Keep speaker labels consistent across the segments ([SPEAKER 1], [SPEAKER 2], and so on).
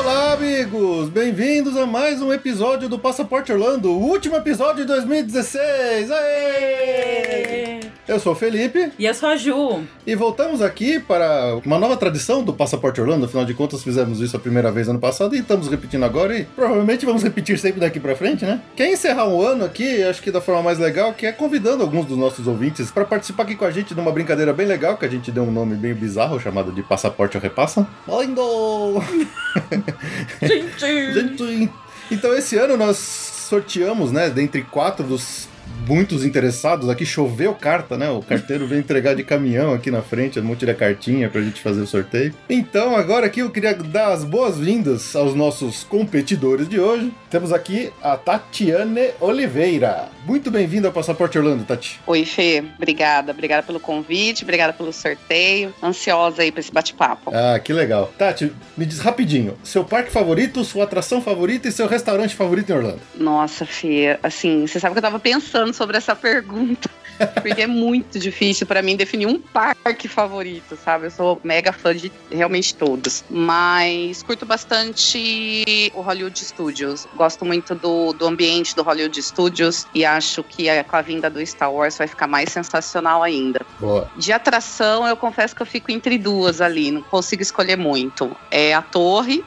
[SPEAKER 1] Olá, amigos! Bem-vindos a mais um episódio do Passaporte Orlando, o último episódio de 2016! Aê! Eu sou o Felipe
[SPEAKER 2] E eu sou a Ju.
[SPEAKER 1] e voltamos aqui para uma nova tradição do Passaporte Orlando. Afinal de contas, fizemos isso a primeira vez ano passado e estamos repetindo agora e provavelmente vamos repetir sempre daqui para frente, né? Quer encerrar um ano aqui, acho que da forma mais legal, que é convidando alguns dos nossos ouvintes para participar aqui com a gente de uma brincadeira bem legal que a gente deu um nome bem bizarro chamado de Passaporte ou Repassa. Lindo!
[SPEAKER 2] Gente!
[SPEAKER 1] Gente, então esse ano nós sorteamos, né, dentre quatro dos muitos interessados aqui, choveu carta, né? O carteiro veio entregar de caminhão aqui na frente, um monte de cartinha pra gente fazer o sorteio. Então, agora aqui eu queria dar as boas-vindas aos nossos competidores de hoje. Temos aqui a Tatiane Oliveira. Muito bem-vinda ao Passaporte Orlando, Tati.
[SPEAKER 3] Oi, Fê. Obrigada. Obrigada pelo convite, obrigada pelo sorteio. Ansiosa aí pra esse bate-papo.
[SPEAKER 1] Ah, que legal. Tati, me diz rapidinho, seu parque favorito, sua atração favorita e seu restaurante favorito em Orlando?
[SPEAKER 3] Nossa, Fê, assim, você sabe que eu tava pensando sobre essa pergunta. Porque é muito difícil pra mim definir um parque favorito, sabe? Eu sou mega fã de realmente todos. Mas curto bastante o Hollywood Studios. Gosto muito do, do ambiente do Hollywood Studios e acho que eh, com a vinda do Star Wars vai ficar mais sensacional ainda.
[SPEAKER 1] Boa.
[SPEAKER 3] De atração, eu confesso que eu fico entre duas ali, não consigo escolher muito. É a Torre,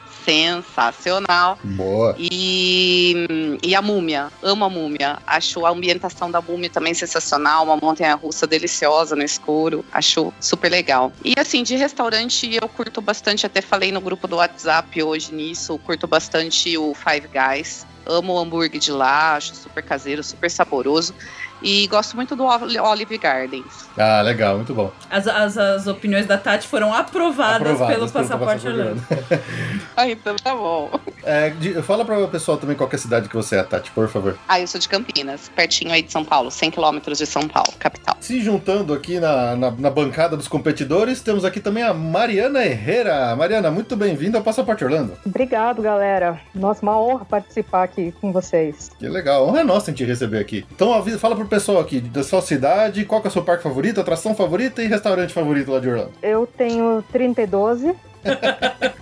[SPEAKER 3] sensacional,
[SPEAKER 1] Boa.
[SPEAKER 3] e, e a Múmia, amo a Múmia. Acho a ambientação da Múmia também sensacional, uma montanha russa deliciosa no escuro, acho super legal. E assim, de restaurante, eu curto bastante, até falei no grupo do WhatsApp hoje nisso, curto bastante o Five Guys. Amo o hambúrguer de lá, acho super caseiro, super saboroso. E gosto muito do Olive Gardens.
[SPEAKER 1] Ah, legal, muito bom.
[SPEAKER 2] As, as, as opiniões da Tati foram aprovadas, pelo Passaporte Orlando.
[SPEAKER 3] Ah, então tá bom.
[SPEAKER 1] É, de- fala pra pessoal também qual que é a cidade que você é, Tati, por favor.
[SPEAKER 3] Ah, eu sou de Campinas, pertinho aí de São Paulo, 100 quilômetros de São Paulo, capital.
[SPEAKER 1] Se juntando aqui na, na, na bancada dos competidores, temos aqui também a Mariana Herrera. Mariana, muito bem-vinda ao Passaporte Orlando.
[SPEAKER 4] Obrigado, galera. Nossa, uma honra participar aqui com vocês.
[SPEAKER 1] Que legal, honra é nossa em te receber aqui. Então avisa, fala pro pessoal aqui da sua cidade, qual que é o seu parque favorito, atração favorita e restaurante favorito lá de Orlando.
[SPEAKER 4] Eu tenho 3012.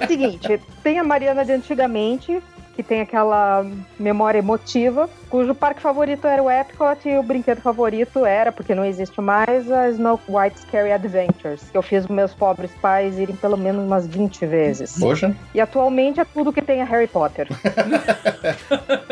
[SPEAKER 4] Seguinte, tem a Mariana de antigamente, que tem aquela memória emotiva, cujo parque favorito era o Epcot e o brinquedo favorito era, porque não existe mais, a Snow White Scary Adventures, que eu fiz meus pobres pais irem pelo menos umas 20 vezes.
[SPEAKER 1] Poxa,
[SPEAKER 4] E atualmente é tudo que tem a Harry Potter.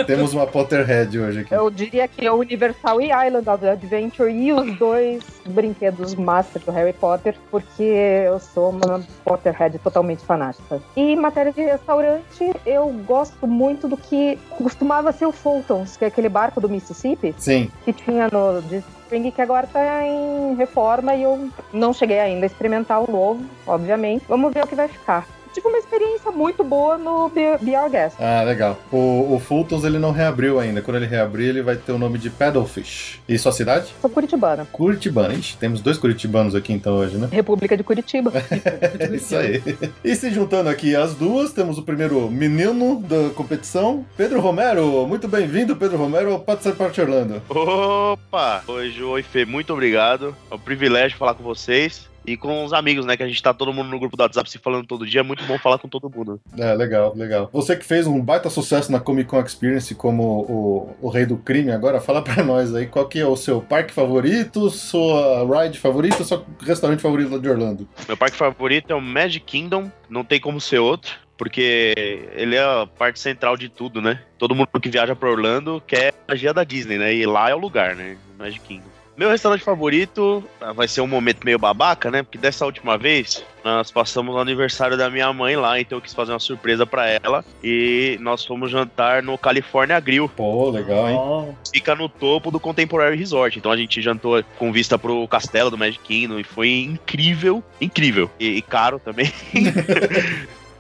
[SPEAKER 1] temos uma Potterhead hoje aqui.
[SPEAKER 4] Eu diria que É o Universal e Island of Adventure e os dois brinquedos master do Harry Potter, porque eu sou uma Potterhead totalmente fanática. E em matéria de restaurante, eu gosto muito do que costumava ser o Fulton's, que é aquele barco do Mississippi,
[SPEAKER 1] Sim,
[SPEAKER 4] que tinha no Disney Spring, que agora tá em reforma e eu não cheguei ainda a experimentar o novo, obviamente. Vamos ver o que vai ficar. Tive uma experiência muito boa no Be, Be Our Guest.
[SPEAKER 1] ah, legal. O, o Fulton's ele não reabriu ainda. Quando ele reabrir, ele vai ter o nome de Paddlefish. E sua cidade?
[SPEAKER 4] Sou curitibana.
[SPEAKER 1] Curitibana. Ixi, temos dois curitibanos aqui então hoje, né?
[SPEAKER 4] República de Curitiba.
[SPEAKER 1] É isso aí. E se juntando aqui as duas, temos o primeiro menino da competição, Pedro Romero. Muito bem-vindo, Pedro Romero, ao Passaporte Orlando.
[SPEAKER 5] Opa! Oi, Ju, oi, Fê, muito obrigado. É um privilégio falar com vocês e com os amigos, né? Que a gente tá todo mundo no grupo do WhatsApp se falando todo dia. É muito bom falar com todo mundo.
[SPEAKER 1] É, legal, legal. Você que fez um baita sucesso na Comic Con Experience como o, o rei do crime, agora fala pra nós aí qual que é o seu parque favorito, sua ride favorita, seu restaurante favorito lá de Orlando.
[SPEAKER 5] Meu parque favorito é o Magic Kingdom, não tem como ser outro, porque ele é a parte central de tudo, né? Todo mundo que viaja pra Orlando quer a magia da Disney, né? E lá é o lugar, né? Magic Kingdom. Meu restaurante favorito ah, vai ser um momento meio babaca, né? Porque dessa última vez nós passamos o aniversário da minha mãe lá, então eu quis fazer uma surpresa pra ela e nós fomos jantar no California Grill.
[SPEAKER 1] Pô, legal, hein?
[SPEAKER 5] Fica no topo do Contemporary Resort. Então a gente jantou com vista pro castelo do Magic Kingdom e foi incrível, incrível e, e caro também.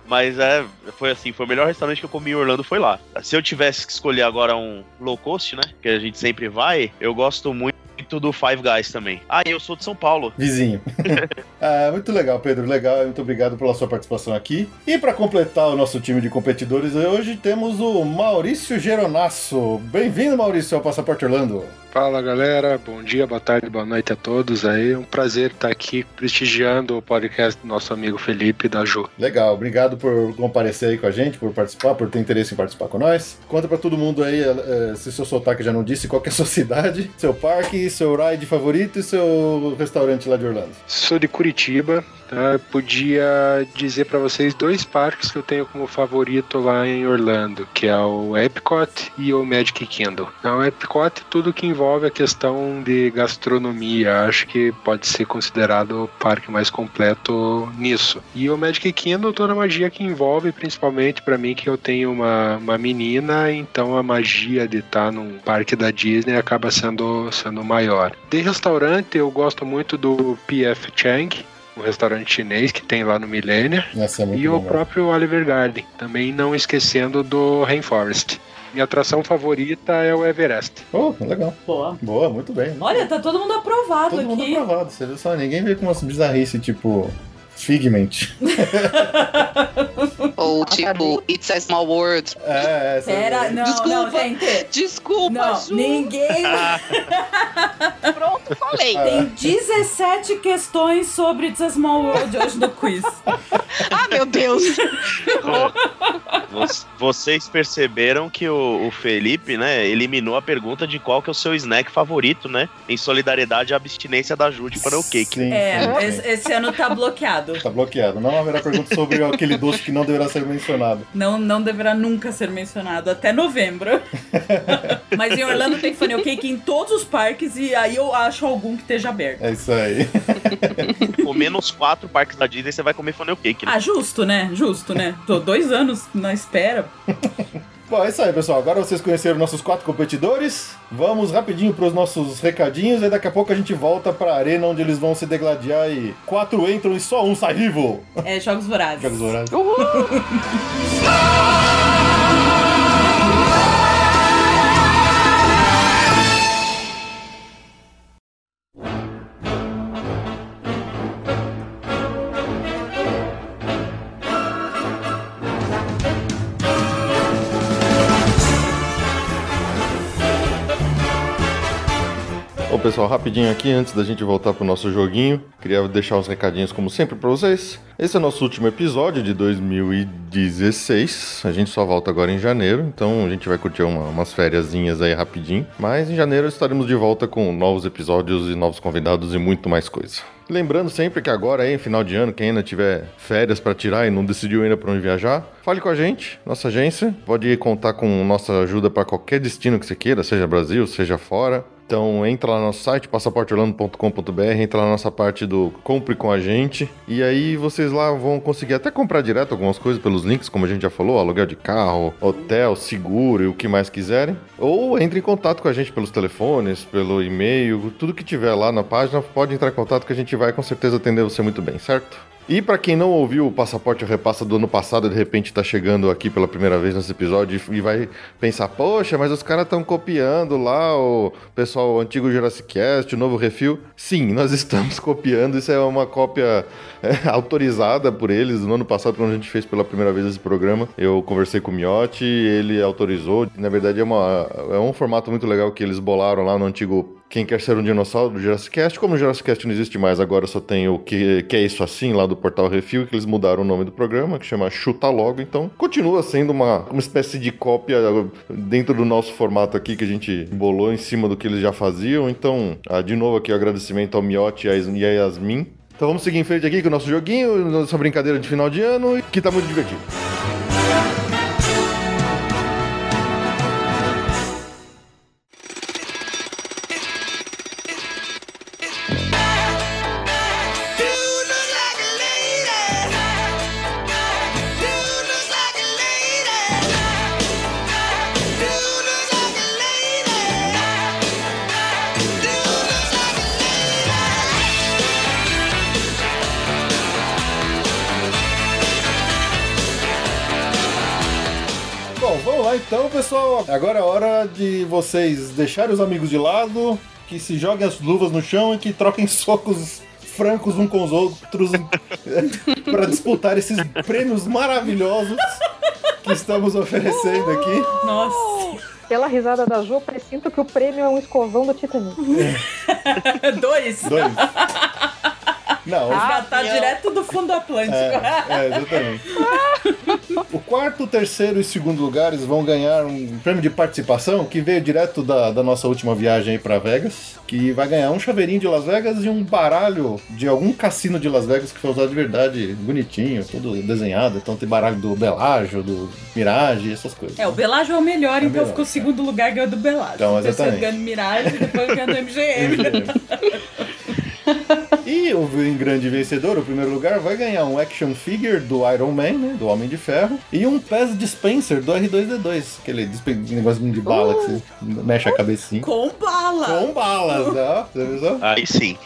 [SPEAKER 5] Mas é, foi assim, foi o melhor restaurante que eu comi em Orlando foi lá. Se eu tivesse que escolher agora um low cost, né, que a gente sempre vai, eu gosto muito do Five Guys também. Ah, e eu sou de São Paulo.
[SPEAKER 1] Vizinho. Ah, muito legal, Pedro. Legal. Muito obrigado pela sua participação aqui. E para completar o nosso time de competidores, hoje temos o Maurício Geronasso. Bem-vindo, Maurício, ao Passaporte Orlando.
[SPEAKER 6] Fala galera, bom dia, boa tarde, boa noite a todos aí. É um prazer estar aqui prestigiando o podcast do nosso amigo Felipe da Ju.
[SPEAKER 1] Legal, obrigado por comparecer aí com a gente, por participar, por ter interesse em participar com nós. Conta pra todo mundo aí, eh, se seu sotaque já não disse, qual que é a sua cidade, seu parque, seu ride favorito e seu restaurante lá de Orlando.
[SPEAKER 6] Sou de Curitiba, tá? Eu podia dizer para vocês dois parques que eu tenho como favorito lá em Orlando, que é o Epcot e o Magic Kingdom. Então, o Epcot, tudo que envolve a questão de gastronomia, acho que pode ser considerado o parque mais completo nisso. E o Magic Kingdom, toda a magia que envolve, principalmente para mim que eu tenho uma, uma menina, então a magia de estar num parque da Disney acaba sendo, sendo maior. De restaurante, eu gosto muito do PF Chang, um restaurante chinês que tem lá no Milênia.
[SPEAKER 1] Essa é muito
[SPEAKER 6] E o
[SPEAKER 1] legal.
[SPEAKER 6] próprio Oliver Garden, também não esquecendo do Rainforest. Minha atração favorita é o Everest.
[SPEAKER 1] Oh, legal.
[SPEAKER 2] Boa.
[SPEAKER 1] Boa, muito bem.
[SPEAKER 2] Olha, tá todo mundo aprovado
[SPEAKER 1] Todo mundo
[SPEAKER 2] aqui.
[SPEAKER 1] aprovado, você viu só? Ninguém veio com umas bizarrice tipo Figment.
[SPEAKER 3] Ou
[SPEAKER 2] tá
[SPEAKER 3] tipo, It's a Small World.
[SPEAKER 1] É, essa
[SPEAKER 2] Pera, não, não,
[SPEAKER 3] Desculpa.
[SPEAKER 2] gente.
[SPEAKER 3] Desculpa,
[SPEAKER 2] Não,
[SPEAKER 3] Ju,
[SPEAKER 2] ninguém.
[SPEAKER 1] Ah.
[SPEAKER 3] pronto, falei.
[SPEAKER 2] Tem 17 questões sobre It's a Small World hoje no quiz.
[SPEAKER 3] Ah, meu Deus.
[SPEAKER 5] Vo- Vocês perceberam que o, o Felipe, né, eliminou a pergunta de qual que é o seu snack favorito, né? Em solidariedade à abstinência da Jude para o cake.
[SPEAKER 1] Sim, sim,
[SPEAKER 2] É,
[SPEAKER 1] sim.
[SPEAKER 2] esse, esse ano tá bloqueado.
[SPEAKER 1] Tá bloqueado. Não haverá pergunta sobre aquele doce que não deverá ser mencionado.
[SPEAKER 2] Não, não deverá nunca ser mencionado, até novembro. Mas em Orlando tem funnel cake em todos os parques e aí eu acho algum que esteja aberto.
[SPEAKER 1] É isso aí.
[SPEAKER 5] Com menos quatro parques da Disney, você vai comer funnel cake, né?
[SPEAKER 2] Ah, justo, né? Justo, né? Tô dois anos na espera.
[SPEAKER 1] Bom, é isso aí, pessoal. Agora vocês conheceram nossos quatro competidores. Vamos rapidinho para os nossos recadinhos e daqui a pouco a gente volta para a arena onde eles vão se degladiar e quatro entram e só um sai vivo.
[SPEAKER 2] É, Jogos Vorazes.
[SPEAKER 1] Jogos Vorazes. Bom, pessoal, rapidinho aqui, antes da gente voltar pro nosso joguinho, queria deixar os recadinhos como sempre pra vocês. Esse é o nosso último episódio de 2016. A gente só volta agora em janeiro, então a gente vai curtir uma- umas fériasinhas aí rapidinho. Mas em janeiro estaremos de volta com novos episódios e novos convidados e muito mais coisa. Lembrando sempre que agora, aí, final de ano, quem ainda tiver férias pra tirar e não decidiu ainda pra onde viajar, fale com a gente, nossa agência. Pode contar com nossa ajuda pra qualquer destino que você queira, seja Brasil, seja fora. Então entra lá no nosso site, passaporteorlando.com.br, entra lá na nossa parte do Compre com a gente. E aí vocês lá vão conseguir até comprar direto algumas coisas pelos links, como a gente já falou, aluguel de carro, hotel, seguro e o que mais quiserem. Ou entre em contato com a gente pelos telefones, pelo e-mail, tudo que tiver lá na página, pode entrar em contato que a gente vai com certeza atender você muito bem, certo? E pra quem não ouviu o Passaporte Repassa do ano passado, de repente tá chegando aqui pela primeira vez nesse episódio e vai pensar, poxa, mas os caras estão copiando lá o pessoal o antigo Jurassic Cast, o novo refil. Sim, nós estamos copiando, isso é uma cópia é, autorizada por eles no ano passado, quando a gente fez pela primeira vez esse programa. Eu conversei com o Miotti, ele autorizou. Na verdade, é, uma, é um formato muito legal que eles bolaram lá no antigo quem quer ser um dinossauro do Jurassic Cast. Como o Jurassic Cast não existe mais, agora só tem o que, que é isso assim lá do Portal Refil, que eles mudaram o nome do programa, que chama Chuta Logo. Então, continua sendo uma, uma espécie de cópia eh, dentro do nosso formato aqui que a gente bolou em cima do que eles já faziam. Então, ah, de novo aqui o agradecimento ao Miotti e à Yas- e à Yasmin. Então vamos seguir em frente aqui com o nosso joguinho, nossa brincadeira de final de ano, que tá muito divertido. Bom, vamos lá então, pessoal. Agora é hora de vocês deixarem os amigos de lado, que se joguem as luvas no chão e que troquem socos francos um com os outros para disputar esses prêmios maravilhosos que estamos oferecendo aqui.
[SPEAKER 2] Nossa.
[SPEAKER 4] Pela risada da Jo, presinto que o prêmio é um escovão do Titanic.
[SPEAKER 2] Dois.
[SPEAKER 1] Dois. Não,
[SPEAKER 2] Ah,
[SPEAKER 3] Ah,
[SPEAKER 2] tá
[SPEAKER 3] meu.
[SPEAKER 2] direto do fundo do Atlântico.
[SPEAKER 1] É, é, exatamente. O quarto, terceiro e segundo lugares vão ganhar um prêmio de participação que veio direto da, da nossa última viagem aí pra Vegas, que vai ganhar um chaveirinho de Las Vegas e um baralho de algum cassino de Las Vegas que foi usado de verdade, bonitinho, tudo desenhado. Então tem baralho do Bellagio, do Mirage, essas coisas.
[SPEAKER 2] É, o Belágio é o melhor,
[SPEAKER 1] É
[SPEAKER 2] então
[SPEAKER 1] melhor,
[SPEAKER 2] ficou
[SPEAKER 1] é.
[SPEAKER 2] o segundo lugar ganhando do Belágio.
[SPEAKER 1] Então, exatamente. Uhum.
[SPEAKER 2] Terceiro ganhando Mirage, depois ganhando MGM.
[SPEAKER 1] E o em grande vencedor, o primeiro lugar, vai ganhar um action figure do Iron Man, né? Do Homem de Ferro. E um PES dispenser do R2D2. Aquele dispen- negocinho de bala que você mexe a cabecinha.
[SPEAKER 2] Com bala.
[SPEAKER 1] Com balas, né? Você viu só?
[SPEAKER 5] Aí sim.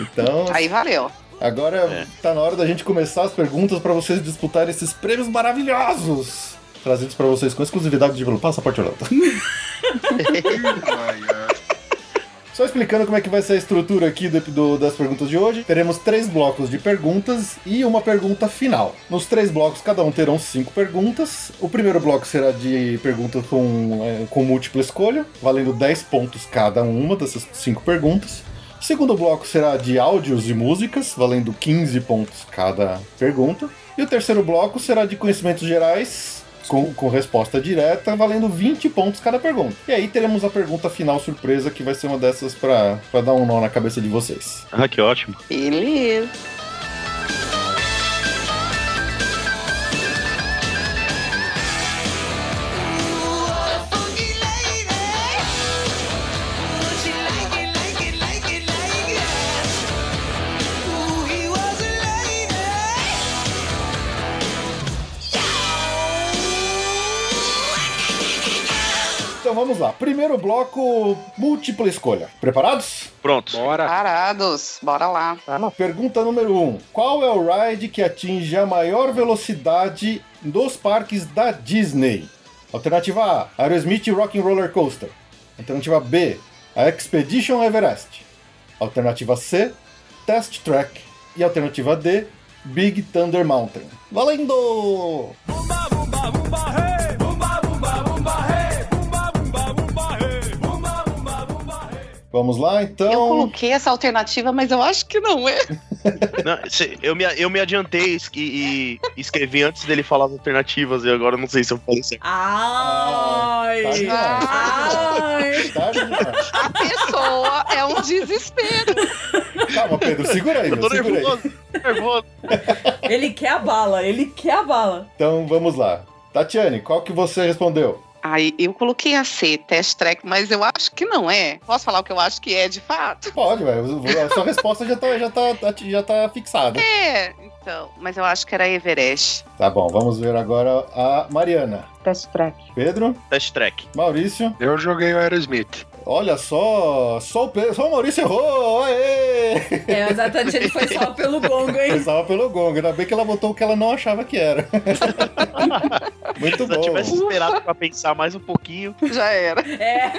[SPEAKER 1] Então,
[SPEAKER 3] Aí valeu.
[SPEAKER 1] agora
[SPEAKER 5] É.
[SPEAKER 1] tá na hora da gente começar as perguntas pra vocês disputarem esses prêmios maravilhosos. Trazidos pra vocês com exclusividade de pelo Passaporte Orlando. Só explicando como é que vai ser a estrutura aqui do- do- das perguntas de hoje. Teremos três blocos de perguntas e uma pergunta final. Nos três blocos, cada um terão cinco perguntas. O primeiro bloco será de perguntas com, eh, com múltipla escolha, valendo 10 pontos cada uma dessas cinco perguntas. O segundo bloco será de áudios e músicas, valendo 15 pontos cada pergunta. E o terceiro bloco será de conhecimentos gerais, com, com resposta direta, valendo 20 pontos cada pergunta. E aí teremos a pergunta final surpresa, que vai ser uma dessas pra, pra dar um nó na cabeça de vocês.
[SPEAKER 5] Ah, que ótimo.
[SPEAKER 3] Beleza.
[SPEAKER 1] Então vamos lá. Primeiro bloco, múltipla escolha. Preparados?
[SPEAKER 5] Prontos.
[SPEAKER 6] Bora.
[SPEAKER 3] Parados, bora lá.
[SPEAKER 1] Tá. Pergunta número 1. Um. Qual é o ride que atinge a maior velocidade nos parques da Disney? Alternativa A, Aerosmith Rocking Roller Coaster. Alternativa B, a Expedition Everest. Alternativa C, Test Track. E alternativa D, Big Thunder Mountain. Valendo! Vamos lá,
[SPEAKER 3] Eu
[SPEAKER 1] então.
[SPEAKER 3] coloquei essa alternativa, mas eu acho que não é.
[SPEAKER 5] Não, cê- eu, me, eu me adiantei es- e, e escrevi antes dele falar as alternativas e agora eu não sei se eu falei certo.
[SPEAKER 2] Ai.
[SPEAKER 1] Tá demais.
[SPEAKER 2] Ai.
[SPEAKER 1] Tá, gente?
[SPEAKER 3] A pessoa é um desespero.
[SPEAKER 1] Calma, Pedro, segura aí,
[SPEAKER 5] Eu
[SPEAKER 1] meu,
[SPEAKER 5] tô
[SPEAKER 1] segura aí.
[SPEAKER 5] nervoso, tô nervoso.
[SPEAKER 2] Ele quer a bala, ele quer a bala.
[SPEAKER 1] Então vamos lá. Tatiane, qual que você respondeu?
[SPEAKER 3] Aí eu coloquei a C, test track, mas eu acho que não é. Posso falar o que eu acho que é de fato?
[SPEAKER 1] Pode, velho. A sua resposta já tá, já, tá, já tá fixada.
[SPEAKER 3] É, então. Mas eu acho que era Everest.
[SPEAKER 1] Tá bom, vamos ver agora a Mariana.
[SPEAKER 4] Test track.
[SPEAKER 1] Pedro,
[SPEAKER 5] Test track.
[SPEAKER 1] Maurício.
[SPEAKER 6] Eu joguei o Aerosmith.
[SPEAKER 1] Olha só, só o, Pedro, só o Maurício errou! Aê!
[SPEAKER 2] É, exatamente, ele foi só pelo gongo, hein?
[SPEAKER 1] Pensava pelo gongo, ainda bem que ela botou o que ela não achava que era. Muito
[SPEAKER 5] Se eu tivesse
[SPEAKER 1] bom.
[SPEAKER 5] esperado pra pensar mais um pouquinho,
[SPEAKER 3] Já era.
[SPEAKER 2] É.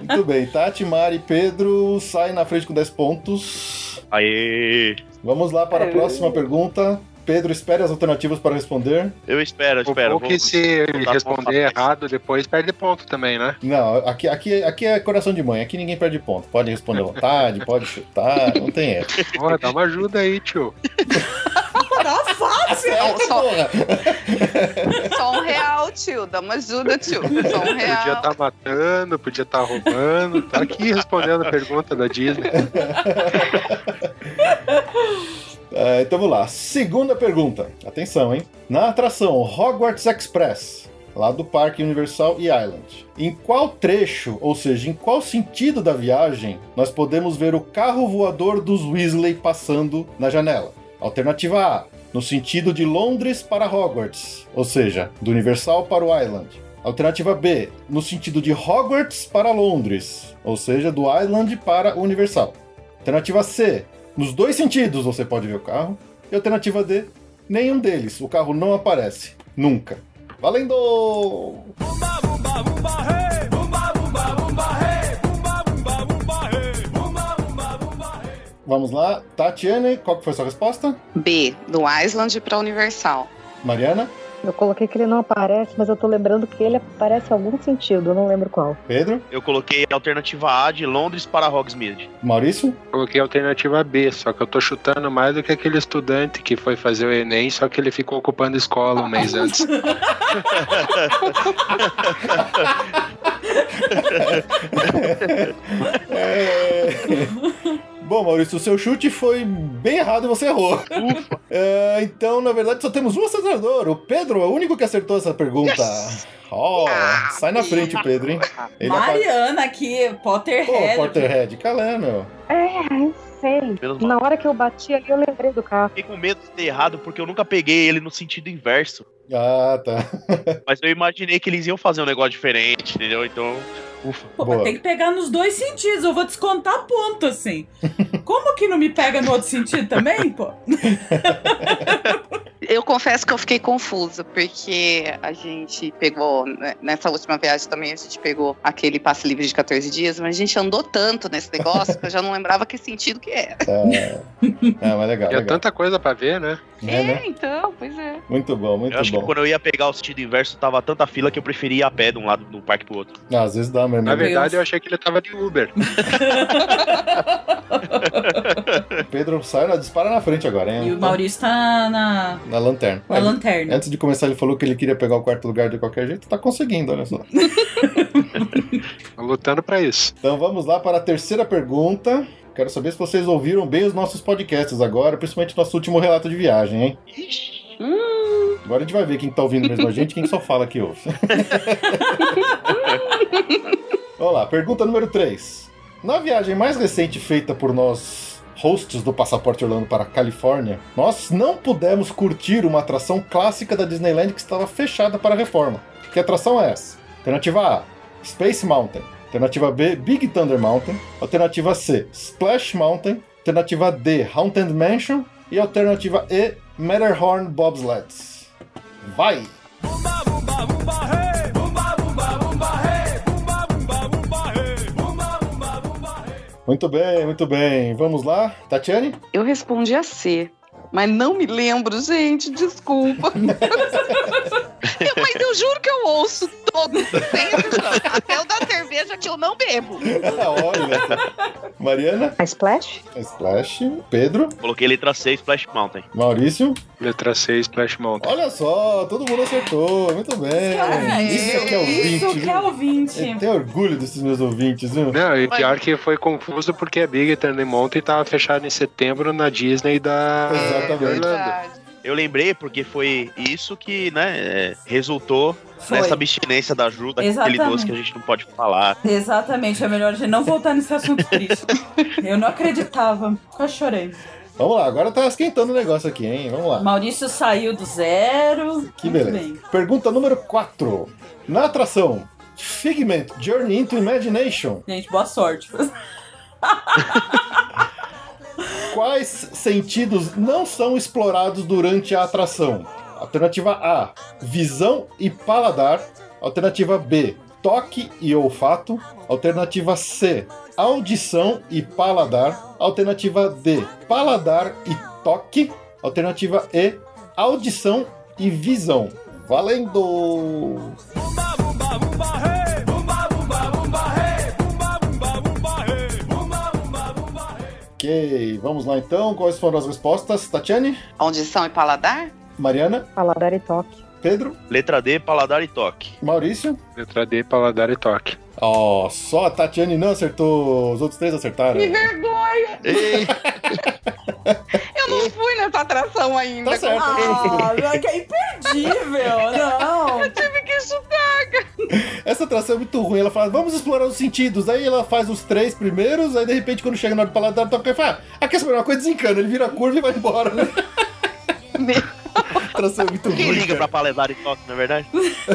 [SPEAKER 1] Muito bem, Tati, Mari, Pedro sai na frente com 10 pontos.
[SPEAKER 5] aí
[SPEAKER 1] Vamos lá para a próxima pergunta. Pedro, espere as alternativas para responder.
[SPEAKER 5] eu espero, eu
[SPEAKER 6] O
[SPEAKER 5] espero.
[SPEAKER 6] pouco que se responder errado depois perde ponto também, né?
[SPEAKER 1] Não, aqui, aqui, aqui é coração de mãe, aqui ninguém perde ponto. Pode responder à vontade, pode chutar, não tem erro.
[SPEAKER 6] Porra, dá uma ajuda aí, tio.
[SPEAKER 2] Tá fácil.
[SPEAKER 3] Não, É, só,
[SPEAKER 1] Porra!
[SPEAKER 3] só um real, tio. Dá uma ajuda, tio. Só um
[SPEAKER 6] Podia
[SPEAKER 3] real.
[SPEAKER 6] estar matando, podia estar roubando. Tá aqui respondendo a pergunta da Disney.
[SPEAKER 1] É, então vamos lá. Segunda pergunta. Atenção, hein? Na atração Hogwarts Express, lá do Parque Universal e Island, em qual trecho, ou seja, em qual sentido da viagem, nós podemos ver o carro voador dos Weasley passando na janela? Alternativa A, no sentido de Londres para Hogwarts, ou seja, do Universal para o Island. Alternativa B, no sentido de Hogwarts para Londres, ou seja, do Island para o Universal. Alternativa C, nos dois sentidos você é pode ver o carro. E alternativa D, nenhum deles. O carro não aparece. Nunca. Valendo! Vamos lá. Tatiane, qual que foi a sua resposta?
[SPEAKER 3] B, do Island pra Universal.
[SPEAKER 1] Mariana?
[SPEAKER 4] Eu coloquei que ele não aparece, mas eu tô lembrando que ele aparece em algum sentido, eu não lembro qual.
[SPEAKER 1] Pedro?
[SPEAKER 5] Eu coloquei a alternativa A de Londres para Hogsmeade.
[SPEAKER 1] Maurício?
[SPEAKER 6] Coloquei a alternativa B, só que eu tô chutando mais do que aquele estudante que foi fazer o Enem, só que ele ficou ocupando escola um mês antes.
[SPEAKER 1] É... Bom, Maurício, o seu chute foi bem errado e você errou. É, então, na verdade, só temos um acertador. O Pedro é o único que acertou essa pergunta. Ó,
[SPEAKER 5] Ah,
[SPEAKER 1] sai na frente, Pedro, hein? Ele apa-
[SPEAKER 2] Mariana aqui,
[SPEAKER 1] Pô,
[SPEAKER 2] Potterhead.
[SPEAKER 1] Porterhead, calé, meu.
[SPEAKER 4] É, sei.
[SPEAKER 5] Menos mal.
[SPEAKER 4] Na hora que eu bati ali, eu lembrei do carro.
[SPEAKER 5] Fiquei com medo de ter errado porque eu nunca peguei ele no sentido inverso.
[SPEAKER 1] Ah, tá.
[SPEAKER 5] Mas eu imaginei que eles iam fazer um negócio diferente, entendeu? Então, ufa.
[SPEAKER 2] Pô, mas
[SPEAKER 1] Boa.
[SPEAKER 2] tem que pegar nos dois sentidos, eu vou descontar ponto, assim. Como que não me pega no outro sentido também, pô?
[SPEAKER 3] Eu confesso que eu fiquei confusa, porque a gente pegou, né, nessa última viagem também, a gente pegou aquele passe livre de 14 dias, mas a gente andou tanto nesse negócio que eu já não lembrava que sentido que era.
[SPEAKER 1] É, é mas legal,
[SPEAKER 6] Tinha
[SPEAKER 1] legal.
[SPEAKER 6] tanta coisa pra ver, né?
[SPEAKER 1] É, né?
[SPEAKER 3] então, pois é.
[SPEAKER 1] Muito bom, muito
[SPEAKER 5] Eu acho que
[SPEAKER 1] bom.
[SPEAKER 5] quando eu ia pegar o sentido inverso, tava tanta fila que eu preferia ir a pé de um lado do parque pro outro.
[SPEAKER 1] Ah, às vezes dá, meu
[SPEAKER 6] Na
[SPEAKER 1] amigo.
[SPEAKER 6] verdade,
[SPEAKER 2] Deus.
[SPEAKER 6] eu achei que ele tava de Uber.
[SPEAKER 1] Pedro sai, na- dispara na frente agora, hein?
[SPEAKER 2] E o Maurício tá na,
[SPEAKER 1] Na lanterna.
[SPEAKER 2] na
[SPEAKER 1] É,
[SPEAKER 2] lanterna.
[SPEAKER 1] Antes de começar, ele falou que ele queria pegar o quarto lugar de qualquer jeito. Tá conseguindo, olha só.
[SPEAKER 6] Tô Lutando pra isso.
[SPEAKER 1] Então vamos lá para a terceira pergunta. Quero saber se vocês ouviram bem os nossos podcasts agora, principalmente nosso último relato de viagem, hein? Agora a gente vai ver quem tá ouvindo mesmo a gente, quem só fala que ouve. Vamos lá, pergunta número 3. Na viagem mais recente feita por nós, hosts do Passaporte Orlando para a Califórnia, nós não pudemos curtir uma atração clássica da Disneyland que estava fechada para a reforma. Que atração é essa? Alternativa A, Space Mountain. Alternativa B, Big Thunder Mountain. Alternativa C, Splash Mountain. Alternativa D, Haunted Mansion. E alternativa E, Matterhorn Bobsleds. Vai! Muito bem, muito bem. Vamos lá, Tatiane?
[SPEAKER 3] Eu respondi a C, mas não me lembro, gente, desculpa. mas eu juro que eu ouço todo sempre, até o da cerveja que eu não bebo.
[SPEAKER 1] Olha! Mariana?
[SPEAKER 4] A Splash?
[SPEAKER 1] Splash. Pedro?
[SPEAKER 5] Coloquei letra C, Splash Mountain.
[SPEAKER 1] Maurício?
[SPEAKER 6] Letra C, Splash Mountain.
[SPEAKER 1] Olha só, todo mundo acertou. Muito bem. Isso que é ouvinte.
[SPEAKER 2] Isso que é
[SPEAKER 1] viu?
[SPEAKER 2] ouvinte.
[SPEAKER 1] Eu tenho orgulho desses meus ouvintes, viu?
[SPEAKER 6] Não, e pior que foi confuso porque a Big Thunder Mountain tava fechada em setembro na Disney da
[SPEAKER 1] Exatamente.
[SPEAKER 6] de Orlando.
[SPEAKER 3] Verdade.
[SPEAKER 5] Eu lembrei porque foi isso que, né, é, resultou
[SPEAKER 2] Foi.
[SPEAKER 5] nessa abstinência da Ju, daquele
[SPEAKER 2] Exatamente.
[SPEAKER 5] doce que a gente não pode falar.
[SPEAKER 2] Exatamente, é melhor a gente não voltar nesse assunto triste. Eu não acreditava. Quase chorei.
[SPEAKER 1] Vamos lá, agora tá esquentando o negócio aqui, hein? Vamos lá.
[SPEAKER 2] Maurício saiu do zero.
[SPEAKER 1] Que
[SPEAKER 2] Muito
[SPEAKER 1] beleza.
[SPEAKER 2] bem.
[SPEAKER 1] Pergunta número 4. Na atração Figment Journey into Imagination,
[SPEAKER 2] Gente, boa sorte.
[SPEAKER 1] quais sentidos não são explorados durante a atração? Alternativa A: visão e paladar. Alternativa B: toque e olfato. Alternativa C: audição e paladar. Alternativa D: paladar e toque. Alternativa E: audição e visão. Valendo! Ok, vamos lá então. Quais foram as respostas? Tatiane,
[SPEAKER 3] Audição e paladar?
[SPEAKER 1] Mariana,
[SPEAKER 4] Paladar e toque.
[SPEAKER 1] Pedro,
[SPEAKER 5] Letra D, paladar e toque.
[SPEAKER 1] Maurício.
[SPEAKER 6] Letra D, paladar e toque.
[SPEAKER 1] Ó, só a Tatiane não acertou, os outros três acertaram.
[SPEAKER 3] Que vergonha!
[SPEAKER 5] Ei,
[SPEAKER 3] Eu não fui nessa atração ainda.
[SPEAKER 1] Tá certo.
[SPEAKER 2] Ah, que é imperdível. Não.
[SPEAKER 3] Tive que chutar.
[SPEAKER 1] Essa atração é muito ruim. Ela fala, vamos explorar os sentidos. Aí ela faz os três primeiros, aí de repente, quando chega na hora do paladar, toca e fala, ah, aqui é uma coisa desencana. Ele vira a curva e vai embora.
[SPEAKER 3] Meu.
[SPEAKER 1] A Palesara são muito
[SPEAKER 5] Quem
[SPEAKER 1] ruins,
[SPEAKER 5] liga pra
[SPEAKER 1] cara.
[SPEAKER 5] paledar e toque, na verdade?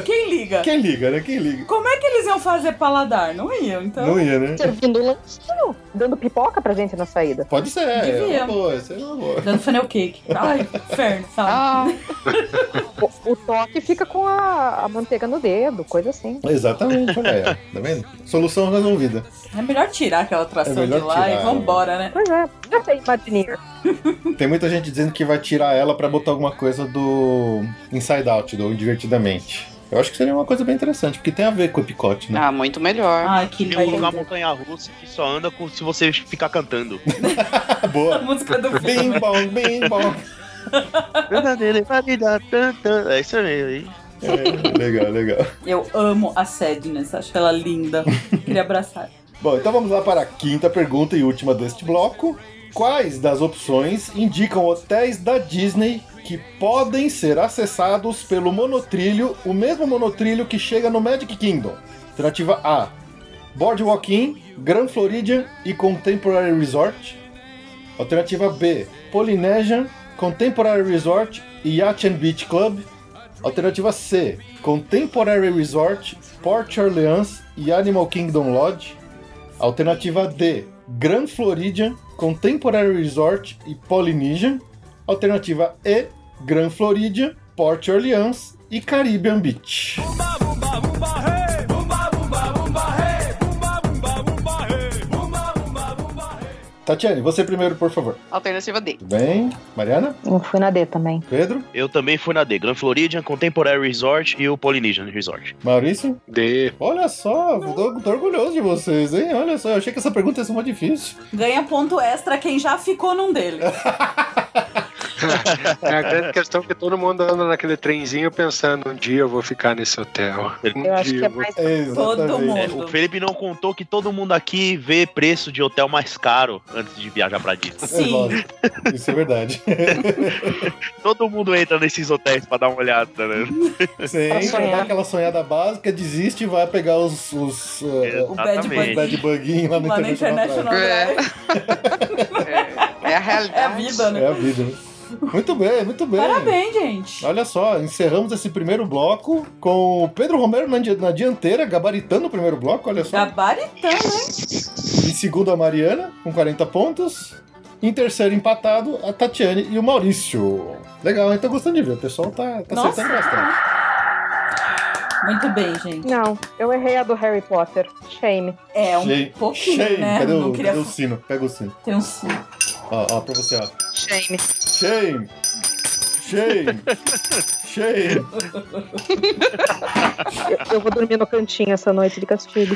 [SPEAKER 2] Quem liga?
[SPEAKER 1] Quem liga, né? Quem liga?
[SPEAKER 2] Como é que eles iam fazer paladar? Não iam, então.
[SPEAKER 1] Não ia, né?
[SPEAKER 4] Servindo um lanchinho, dando pipoca pra gente na saída.
[SPEAKER 1] Pode ser, é
[SPEAKER 2] Devia.
[SPEAKER 1] uma boa, isso é uma boa.
[SPEAKER 2] Dando funnel cake. Ai, inferno, sabe?
[SPEAKER 3] Ah,
[SPEAKER 4] O, o toque fica com a, a manteiga no dedo, coisa assim.
[SPEAKER 1] Exatamente, olha aí, ó. tá vendo? Solução resolvida.
[SPEAKER 2] É melhor tirar aquela atração
[SPEAKER 1] É
[SPEAKER 2] de
[SPEAKER 1] melhor
[SPEAKER 2] lá e
[SPEAKER 1] tirar,
[SPEAKER 2] vambora, né?
[SPEAKER 4] Pois é, já tem Imagineer.
[SPEAKER 1] Tem muita gente dizendo que vai tirar ela pra botar alguma coisa do Inside Out, do Divertidamente. Eu acho que seria uma coisa bem interessante, porque tem a ver com o picote, né?
[SPEAKER 3] ah, muito melhor.
[SPEAKER 2] Ai, que
[SPEAKER 5] Tem
[SPEAKER 2] lindo.
[SPEAKER 5] um lugar montanha russa que só anda com, se você ficar cantando.
[SPEAKER 1] Ah,
[SPEAKER 2] A
[SPEAKER 1] boa.
[SPEAKER 2] música do
[SPEAKER 1] Bem
[SPEAKER 2] filme.
[SPEAKER 1] bom, bem bom.
[SPEAKER 5] Verdadeira valida, tan, tan. É isso mesmo, hein?
[SPEAKER 1] É, legal, legal.
[SPEAKER 2] Eu amo a Sadness, acho ela linda. Queria abraçar.
[SPEAKER 1] Bom, então vamos lá para a quinta pergunta e última deste bloco. Quais das opções indicam hotéis da Disney que podem ser acessados pelo monotrilho, o mesmo monotrilho que chega no Magic Kingdom? Alternativa A: Boardwalk Inn, Grand Floridian e Contemporary Resort. Alternativa B: Polynesian, Contemporary Resort e Yacht and Beach Club. Alternativa C: Contemporary Resort, Port Orleans e Animal Kingdom Lodge. Alternativa D: Grand Floridian, Contemporary Resort e Polynesian. Alternativa E: Grand Floridian, Port Orleans e Caribbean Beach. Tatiane, você primeiro, por favor.
[SPEAKER 3] Alternativa D.
[SPEAKER 1] Tudo bem? Mariana?
[SPEAKER 4] Eu fui na D também.
[SPEAKER 1] Pedro?
[SPEAKER 5] Eu também fui na D. Grand Floridian, Contemporary Resort e o Polynesian Resort.
[SPEAKER 1] Maurício?
[SPEAKER 6] D.
[SPEAKER 1] Olha só, tô, tô orgulhoso de vocês, hein? Olha só, eu achei que essa pergunta ia ser uma difícil.
[SPEAKER 2] Ganha ponto extra quem já ficou num deles.
[SPEAKER 6] É a grande questão que todo mundo anda naquele trenzinho pensando, um dia eu vou ficar nesse hotel. Um
[SPEAKER 4] Eu acho
[SPEAKER 6] dia
[SPEAKER 4] que é
[SPEAKER 6] eu vou...
[SPEAKER 4] mais.
[SPEAKER 1] Exatamente.
[SPEAKER 2] Todo mundo.
[SPEAKER 5] É, o Felipe não contou que todo mundo aqui vê preço de hotel mais caro antes de viajar pra Disney.
[SPEAKER 1] É
[SPEAKER 2] Sim.
[SPEAKER 1] lógico, Isso é verdade.
[SPEAKER 5] Todo mundo entra nesses hotéis pra dar uma olhada, né?
[SPEAKER 1] Você
[SPEAKER 4] Pra
[SPEAKER 1] entra,
[SPEAKER 4] sonhar.
[SPEAKER 1] dá aquela sonhada básica, desiste e vai pegar os, os eh,
[SPEAKER 2] É, O Bad
[SPEAKER 5] Exatamente.
[SPEAKER 1] bad buguinho lá no
[SPEAKER 2] Lá no
[SPEAKER 1] International.
[SPEAKER 2] International
[SPEAKER 3] É.
[SPEAKER 2] Drive.
[SPEAKER 3] É, é a realidade.
[SPEAKER 2] É a vida, né?
[SPEAKER 1] É a vida. né? Muito bem, muito bem.
[SPEAKER 2] Parabéns, gente.
[SPEAKER 1] Olha só, encerramos esse primeiro bloco com o Pedro Romero na, di- na dianteira, gabaritando o primeiro bloco, olha só.
[SPEAKER 2] Gabaritando, hein?
[SPEAKER 1] Em segundo, a Mariana, com 40 pontos. Em terceiro, empatado, a Tatiane e o Maurício. Legal, hein? Tô gostando de ver. O pessoal tá, tá
[SPEAKER 2] Nossa.
[SPEAKER 1] acertando bastante.
[SPEAKER 2] Muito bem, gente.
[SPEAKER 4] Não, eu errei a do Harry Potter. Shame.
[SPEAKER 2] É, um
[SPEAKER 1] Shame,
[SPEAKER 2] pouquinho,
[SPEAKER 1] shame.
[SPEAKER 2] né?
[SPEAKER 1] Cadê,
[SPEAKER 2] não
[SPEAKER 1] o,
[SPEAKER 2] queria
[SPEAKER 1] cadê o sino? Pega o sino.
[SPEAKER 2] ter um sim.
[SPEAKER 1] Ó, ó, pra você, ó.
[SPEAKER 3] né? Shame.
[SPEAKER 1] Shame! Shame! Shame!
[SPEAKER 4] Eu, eu vou dormir no cantinho essa noite de castigo.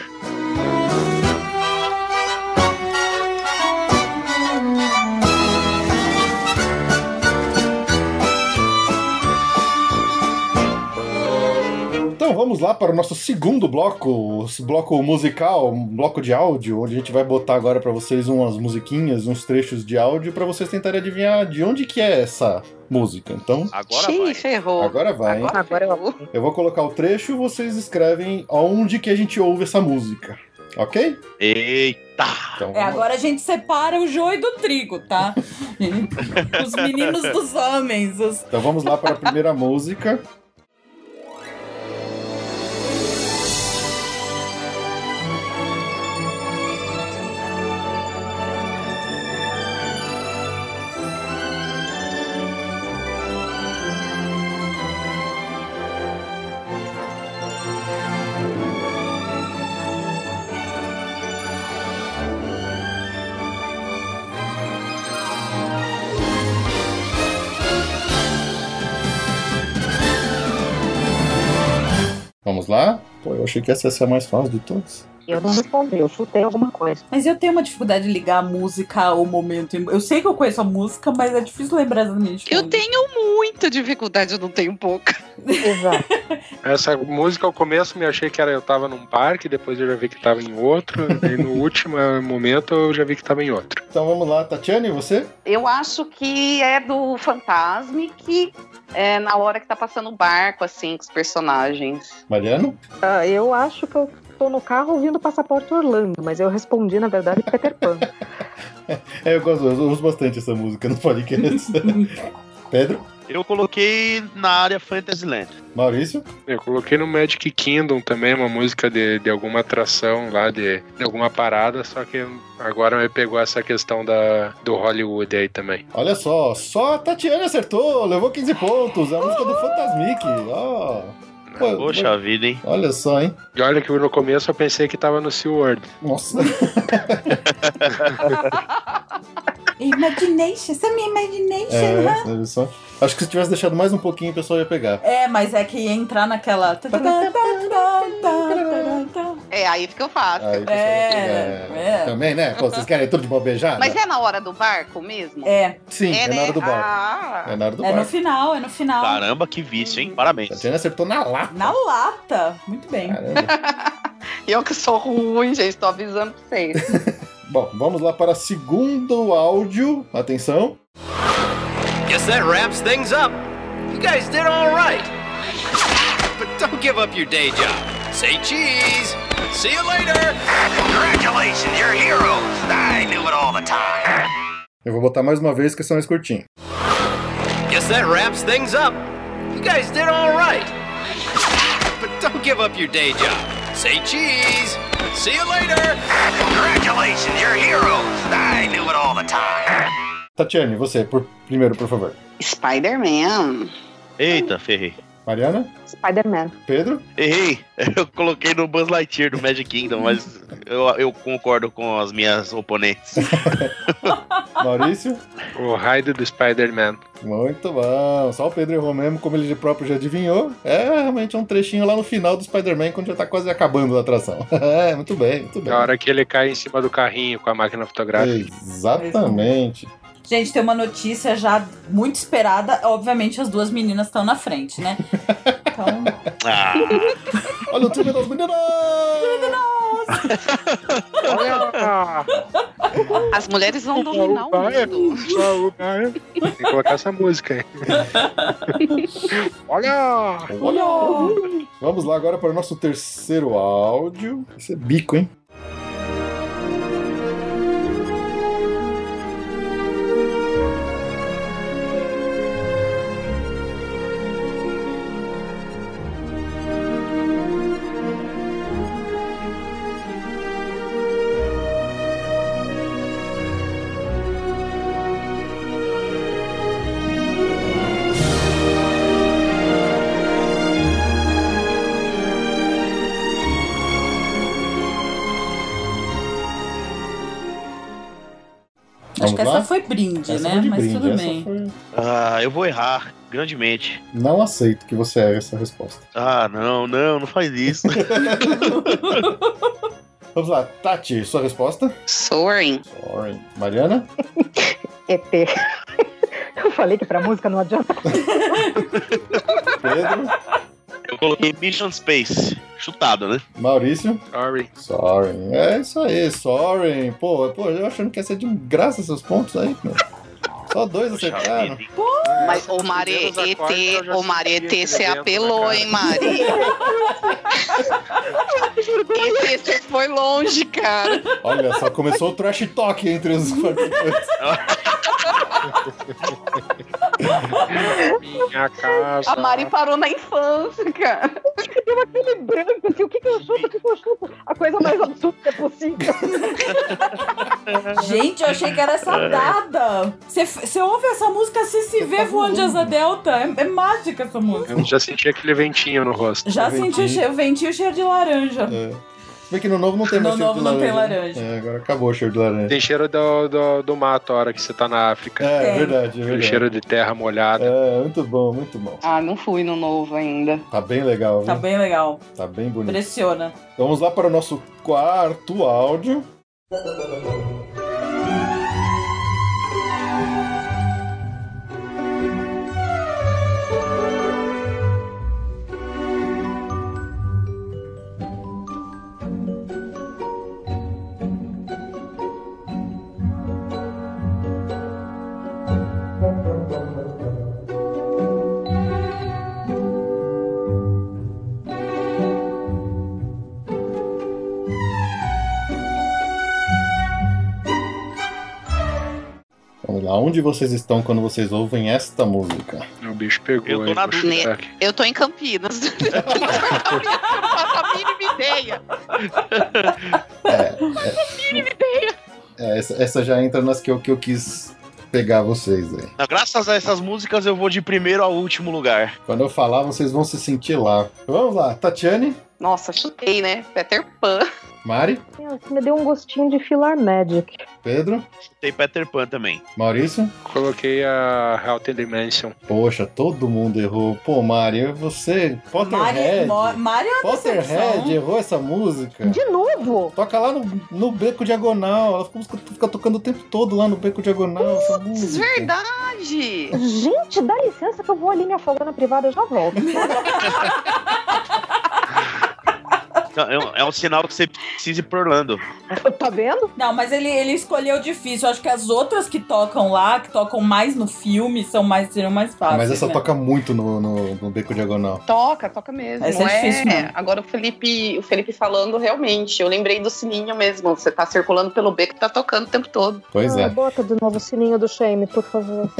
[SPEAKER 1] Então vamos lá para o nosso segundo bloco, esse bloco musical, um bloco de áudio, onde a gente vai botar agora para vocês umas musiquinhas, uns trechos de áudio para vocês tentarem adivinhar de onde que é essa música. Então,
[SPEAKER 5] Agora
[SPEAKER 3] Ih,
[SPEAKER 5] vai.
[SPEAKER 3] ferrou.
[SPEAKER 1] agora vai, hein?
[SPEAKER 4] Agora eu-
[SPEAKER 3] ferrou.
[SPEAKER 1] Eu vou colocar o trecho e vocês escrevem onde que a gente ouve essa música. Ok?
[SPEAKER 5] Eita!
[SPEAKER 1] Então,
[SPEAKER 2] É,
[SPEAKER 1] vamos lá.
[SPEAKER 2] agora a gente separa o joio do trigo, tá? Os meninos dos homens. Os...
[SPEAKER 1] Então vamos lá para a primeira música. Vamos lá? Pô, eu achei que essa ia ser a mais fácil de todas.
[SPEAKER 4] Eu não respondi, eu chutei alguma coisa.
[SPEAKER 2] Mas eu tenho uma dificuldade de ligar a música ao momento. Eu sei que eu conheço a música, mas é difícil lembrar exatamente.
[SPEAKER 3] Eu
[SPEAKER 2] onde.
[SPEAKER 3] tenho muita dificuldade, eu não tenho pouca.
[SPEAKER 4] Exato.
[SPEAKER 6] Essa música ao começo me achei que era eu tava num parque, depois eu já vi que tava em outro, e no último momento eu já vi que tava em outro.
[SPEAKER 1] Então vamos lá, Tatiane, você?
[SPEAKER 3] Eu acho que é do Fantasmic, é, na hora que tá passando o barco, assim, com os personagens.
[SPEAKER 1] Mariano?
[SPEAKER 4] Ah, eu acho que eu tô no carro ouvindo Passaporte Orlando, mas eu respondi, na verdade, Peter Pan.
[SPEAKER 1] É, eu gosto, eu uso bastante essa música no podcast. Pedro?
[SPEAKER 5] Eu coloquei na área Fantasyland.
[SPEAKER 1] Maurício?
[SPEAKER 6] Eu coloquei no Magic Kingdom também uma música de, de alguma atração lá, de, de alguma parada, só que agora me pegou essa questão da, do Hollywood aí também.
[SPEAKER 1] Olha só, só a Tatiana acertou, levou 15 pontos. É a música do Fantasmic. ó. Pô,
[SPEAKER 5] Poxa vida, hein?
[SPEAKER 1] Olha só, hein?
[SPEAKER 6] E olha que no começo eu pensei que tava no SeaWorld.
[SPEAKER 1] Nossa.
[SPEAKER 2] Imagination, essa é minha imagination.
[SPEAKER 1] É, olha só. Acho que se tivesse deixado mais um pouquinho, o pessoal ia pegar.
[SPEAKER 2] É, mas é que ia entrar naquela.
[SPEAKER 3] É aí fica fácil.
[SPEAKER 1] Aí, o pessoal ia
[SPEAKER 2] É,
[SPEAKER 1] pegar.
[SPEAKER 2] é.
[SPEAKER 1] Também, né? Pô, vocês querem tudo de bobejada?
[SPEAKER 3] Mas é na hora do barco mesmo? né?
[SPEAKER 2] É,
[SPEAKER 1] Sim, é, na hora do bar.
[SPEAKER 3] Ah,
[SPEAKER 1] É na hora do
[SPEAKER 2] é no
[SPEAKER 1] bar.
[SPEAKER 2] final, é no final.
[SPEAKER 5] Caramba, que vício, hein?
[SPEAKER 2] Tá
[SPEAKER 5] Parabéns.
[SPEAKER 1] Tatiana acertou na lata.
[SPEAKER 2] Na lata. Muito bem.
[SPEAKER 1] Caramba.
[SPEAKER 3] eu que sou ruim, gente, tô avisando pra vocês.
[SPEAKER 1] Bom, vamos lá para segundo áudio. Atenção.
[SPEAKER 7] Guess that wraps things up. You guys did all right. But don't give up your day job. Say cheese. See you later. Congratulations, you're heroes. I knew it all the time.
[SPEAKER 1] Eu vou botar mais uma vez, que é só mais curtinho.
[SPEAKER 7] Guess that wraps things up. You guys did all right. But don't give up your day job. Say cheese. See you later. Congratulations, you're heroes. I knew it all the time.
[SPEAKER 1] Tatiane, você, por- primeiro, por favor.
[SPEAKER 3] Spider-Man.
[SPEAKER 5] Eita, ferrei.
[SPEAKER 1] Mariana?
[SPEAKER 4] Spider-Man.
[SPEAKER 1] Pedro?
[SPEAKER 5] Errei. Eu coloquei no Buzz Lightyear do Magic Kingdom, mas eu, eu concordo com as minhas oponentes.
[SPEAKER 1] Maurício?
[SPEAKER 6] O raio do Spider-Man.
[SPEAKER 1] Muito bom. Só o Pedro errou mesmo, como ele de próprio já adivinhou. É realmente um trechinho lá no final do Spider-Man, quando já tá quase acabando a atração. É, muito bem, muito bem.
[SPEAKER 6] Na hora que ele cai em cima do carrinho com a máquina fotográfica.
[SPEAKER 1] Exatamente.
[SPEAKER 2] Gente, tem uma notícia já muito esperada. Obviamente, as duas meninas estão na frente, né? Então,
[SPEAKER 5] Ah,
[SPEAKER 1] Olha o time das meninas!
[SPEAKER 3] É.
[SPEAKER 6] Olha!
[SPEAKER 3] As mulheres vão dominar o
[SPEAKER 6] é.
[SPEAKER 3] mundo.
[SPEAKER 6] Tem que colocar essa música aí. Olha!
[SPEAKER 1] Olha! Vamos lá agora para o nosso terceiro áudio. Esse é bico, hein? Vamos
[SPEAKER 2] acho que
[SPEAKER 1] lá?
[SPEAKER 2] essa foi brinde,
[SPEAKER 1] Essa
[SPEAKER 2] né?
[SPEAKER 1] foi de
[SPEAKER 2] Mas
[SPEAKER 1] brinde,
[SPEAKER 2] tudo
[SPEAKER 1] essa
[SPEAKER 2] bem.
[SPEAKER 1] foi-
[SPEAKER 5] ah, eu vou errar grandemente.
[SPEAKER 1] Não aceito que você erre essa resposta.
[SPEAKER 5] Ah, não, não, não faz isso.
[SPEAKER 1] Vamos lá, Tati, sua resposta?
[SPEAKER 3] Soaring.
[SPEAKER 1] Sorry. Mariana?
[SPEAKER 4] ET. Eu falei que pra música não adianta.
[SPEAKER 1] Pedro?
[SPEAKER 5] Eu coloquei Mission Space. Chutado, né?
[SPEAKER 1] Maurício?
[SPEAKER 6] Sorry.
[SPEAKER 1] Sorry. É isso aí, sorry. Pô, pô, eu achando que ia ser de graça esses pontos aí, meu. Só dois
[SPEAKER 5] Poxa
[SPEAKER 1] acertaram.
[SPEAKER 5] vida, hein?
[SPEAKER 3] Mas o Mare
[SPEAKER 6] Menos a
[SPEAKER 3] ET,
[SPEAKER 6] quarta, eu já
[SPEAKER 3] o Mare
[SPEAKER 6] sabia
[SPEAKER 3] ET
[SPEAKER 6] que
[SPEAKER 3] se
[SPEAKER 6] era
[SPEAKER 3] apelou,
[SPEAKER 6] dentro,
[SPEAKER 3] hein, Mari? ET, você foi longe, cara.
[SPEAKER 1] Olha só, começou o trash talk entre os participantes.
[SPEAKER 6] Minha casa.
[SPEAKER 3] A Mari parou na infância, cara.
[SPEAKER 4] Aquele branco, assim, o que, que eu chuto, o que, que eu chuto? A coisa mais absurda é possível.
[SPEAKER 2] Gente, eu achei que era
[SPEAKER 1] É.
[SPEAKER 2] essa dada. Você- Você ouve essa música, você se vê voando de asa delta. É, é mágica essa música.
[SPEAKER 6] Eu já senti aquele ventinho no rosto.
[SPEAKER 2] Já
[SPEAKER 1] O
[SPEAKER 2] senti o,
[SPEAKER 1] ventinho.
[SPEAKER 2] cheiro, o ventinho e o cheiro de laranja.
[SPEAKER 1] É. Se bem que no novo não tem
[SPEAKER 2] No
[SPEAKER 1] mais cheiro
[SPEAKER 2] novo
[SPEAKER 1] de
[SPEAKER 2] não
[SPEAKER 1] laranja.
[SPEAKER 2] tem
[SPEAKER 1] né?
[SPEAKER 2] laranja.
[SPEAKER 1] É, agora acabou o cheiro de laranja.
[SPEAKER 6] Tem cheiro do, do, do mato a hora que você tá na África.
[SPEAKER 1] É,
[SPEAKER 2] Tem.
[SPEAKER 1] verdade, é
[SPEAKER 6] Aquele
[SPEAKER 1] verdade.
[SPEAKER 6] cheiro de terra molhada.
[SPEAKER 1] É, muito bom, muito bom.
[SPEAKER 3] Ah, não fui no novo ainda.
[SPEAKER 1] Tá bem legal, viu?
[SPEAKER 2] Tá bem legal.
[SPEAKER 1] Tá bem bonito.
[SPEAKER 2] Impressiona.
[SPEAKER 1] Vamos lá para o nosso quarto áudio. Vamos lá, onde vocês estão quando vocês ouvem esta música?
[SPEAKER 6] O bicho pegou.
[SPEAKER 5] Eu tô
[SPEAKER 6] hein,
[SPEAKER 5] na
[SPEAKER 6] vou
[SPEAKER 3] dúvida.
[SPEAKER 6] chutar aqui.
[SPEAKER 3] Eu tô em Campinas. não faço a mínima ideia.
[SPEAKER 1] É, essa, essa já entra nas que eu, que eu quis pegar vocês aí.
[SPEAKER 5] Ah, Graças a essas músicas eu vou de primeiro ao último lugar.
[SPEAKER 1] Quando eu falar, vocês vão se sentir lá. Vamos lá, Tatiane,
[SPEAKER 3] Nossa, chutei, né? Peter Pan.
[SPEAKER 1] Mari,
[SPEAKER 4] Nossa, me deu um gostinho de Filar Magic.
[SPEAKER 1] Pedro,
[SPEAKER 5] Tem Peter Pan também.
[SPEAKER 1] Maurício.
[SPEAKER 6] Coloquei a Haunted Dimension.
[SPEAKER 1] Poxa, todo mundo errou. Pô, Mari, você.
[SPEAKER 2] Mari,
[SPEAKER 1] Potterhead.
[SPEAKER 2] Mo- Mari é uma
[SPEAKER 1] Potterhead
[SPEAKER 2] decepção.
[SPEAKER 1] errou essa música.
[SPEAKER 4] É. De novo?
[SPEAKER 1] Toca lá no, no beco diagonal. Ela fica, fica tocando o tempo todo lá no beco diagonal. essa música.
[SPEAKER 3] Verdade.
[SPEAKER 4] Gente, dá licença que eu vou ali me afogar na privada, eu já volto.
[SPEAKER 5] Não, É um, é um sinal que você precisa ir pro Orlando.
[SPEAKER 4] tá vendo?
[SPEAKER 2] Não, mas ele, ele escolheu difícil. Eu acho que as outras que tocam lá, que tocam mais no filme, são mais, seriam mais fáceis.
[SPEAKER 1] Ah, Mas essa
[SPEAKER 2] né?
[SPEAKER 1] toca muito no, no, no beco diagonal.
[SPEAKER 3] Toca, toca mesmo.
[SPEAKER 2] Essa é
[SPEAKER 3] não
[SPEAKER 2] difícil mesmo.
[SPEAKER 3] Agora o Felipe, o Felipe falando realmente, eu lembrei do sininho mesmo. Você tá circulando pelo beco, tá tocando o tempo todo.
[SPEAKER 1] Pois
[SPEAKER 4] Ah,
[SPEAKER 1] é.
[SPEAKER 4] Bota de novo o sininho do Shame, por favor.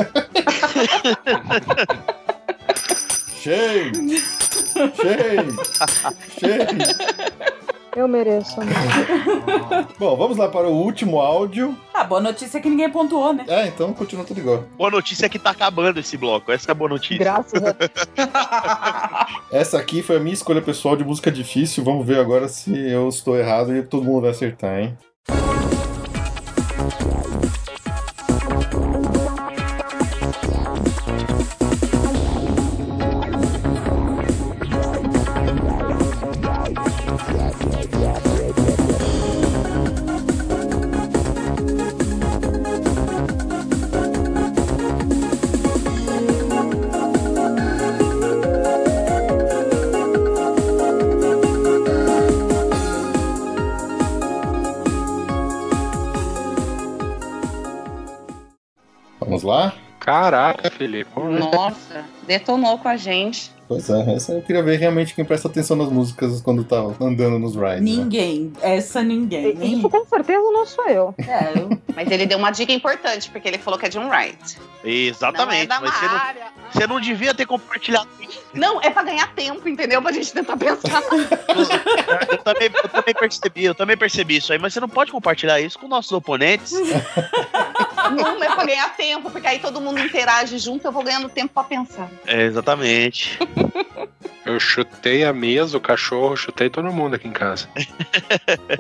[SPEAKER 1] Shame! Shame! Shame!
[SPEAKER 4] Eu mereço.
[SPEAKER 1] Bom, vamos lá para o último áudio.
[SPEAKER 2] Ah, boa notícia é que ninguém pontuou, né?
[SPEAKER 1] É, então continua tudo igual.
[SPEAKER 5] Boa notícia é que tá acabando esse bloco. Essa é a boa notícia.
[SPEAKER 4] Graças a
[SPEAKER 1] Essa aqui foi a minha escolha pessoal de música difícil. Vamos ver agora se eu estou errado e todo mundo vai acertar, hein? Vamos lá?
[SPEAKER 6] Caraca, Felipe.
[SPEAKER 3] Nossa, detonou com a gente.
[SPEAKER 1] Pois é, essa eu queria ver realmente quem presta atenção nas músicas quando tá andando nos rides. né?
[SPEAKER 2] Ninguém. Essa
[SPEAKER 4] É,
[SPEAKER 2] ninguém. Nem...
[SPEAKER 4] Isso com certeza não sou eu.
[SPEAKER 2] É, eu...
[SPEAKER 3] Mas ele deu uma dica importante, porque ele falou que é de um ride.
[SPEAKER 5] Exatamente.
[SPEAKER 3] Não é da
[SPEAKER 5] mas você não,
[SPEAKER 3] área.
[SPEAKER 5] você não devia ter compartilhado.
[SPEAKER 3] Não, é pra ganhar tempo, entendeu? Pra gente tentar pensar.
[SPEAKER 5] né? Eu também, eu também percebi, eu também percebi isso aí, mas você não pode compartilhar isso com nossos oponentes.
[SPEAKER 3] Não, é pra ganhar tempo, porque aí todo mundo interage junto, eu vou ganhando tempo pra pensar.
[SPEAKER 5] É, exatamente.
[SPEAKER 6] Eu chutei a mesa, o cachorro, chutei todo mundo aqui em casa.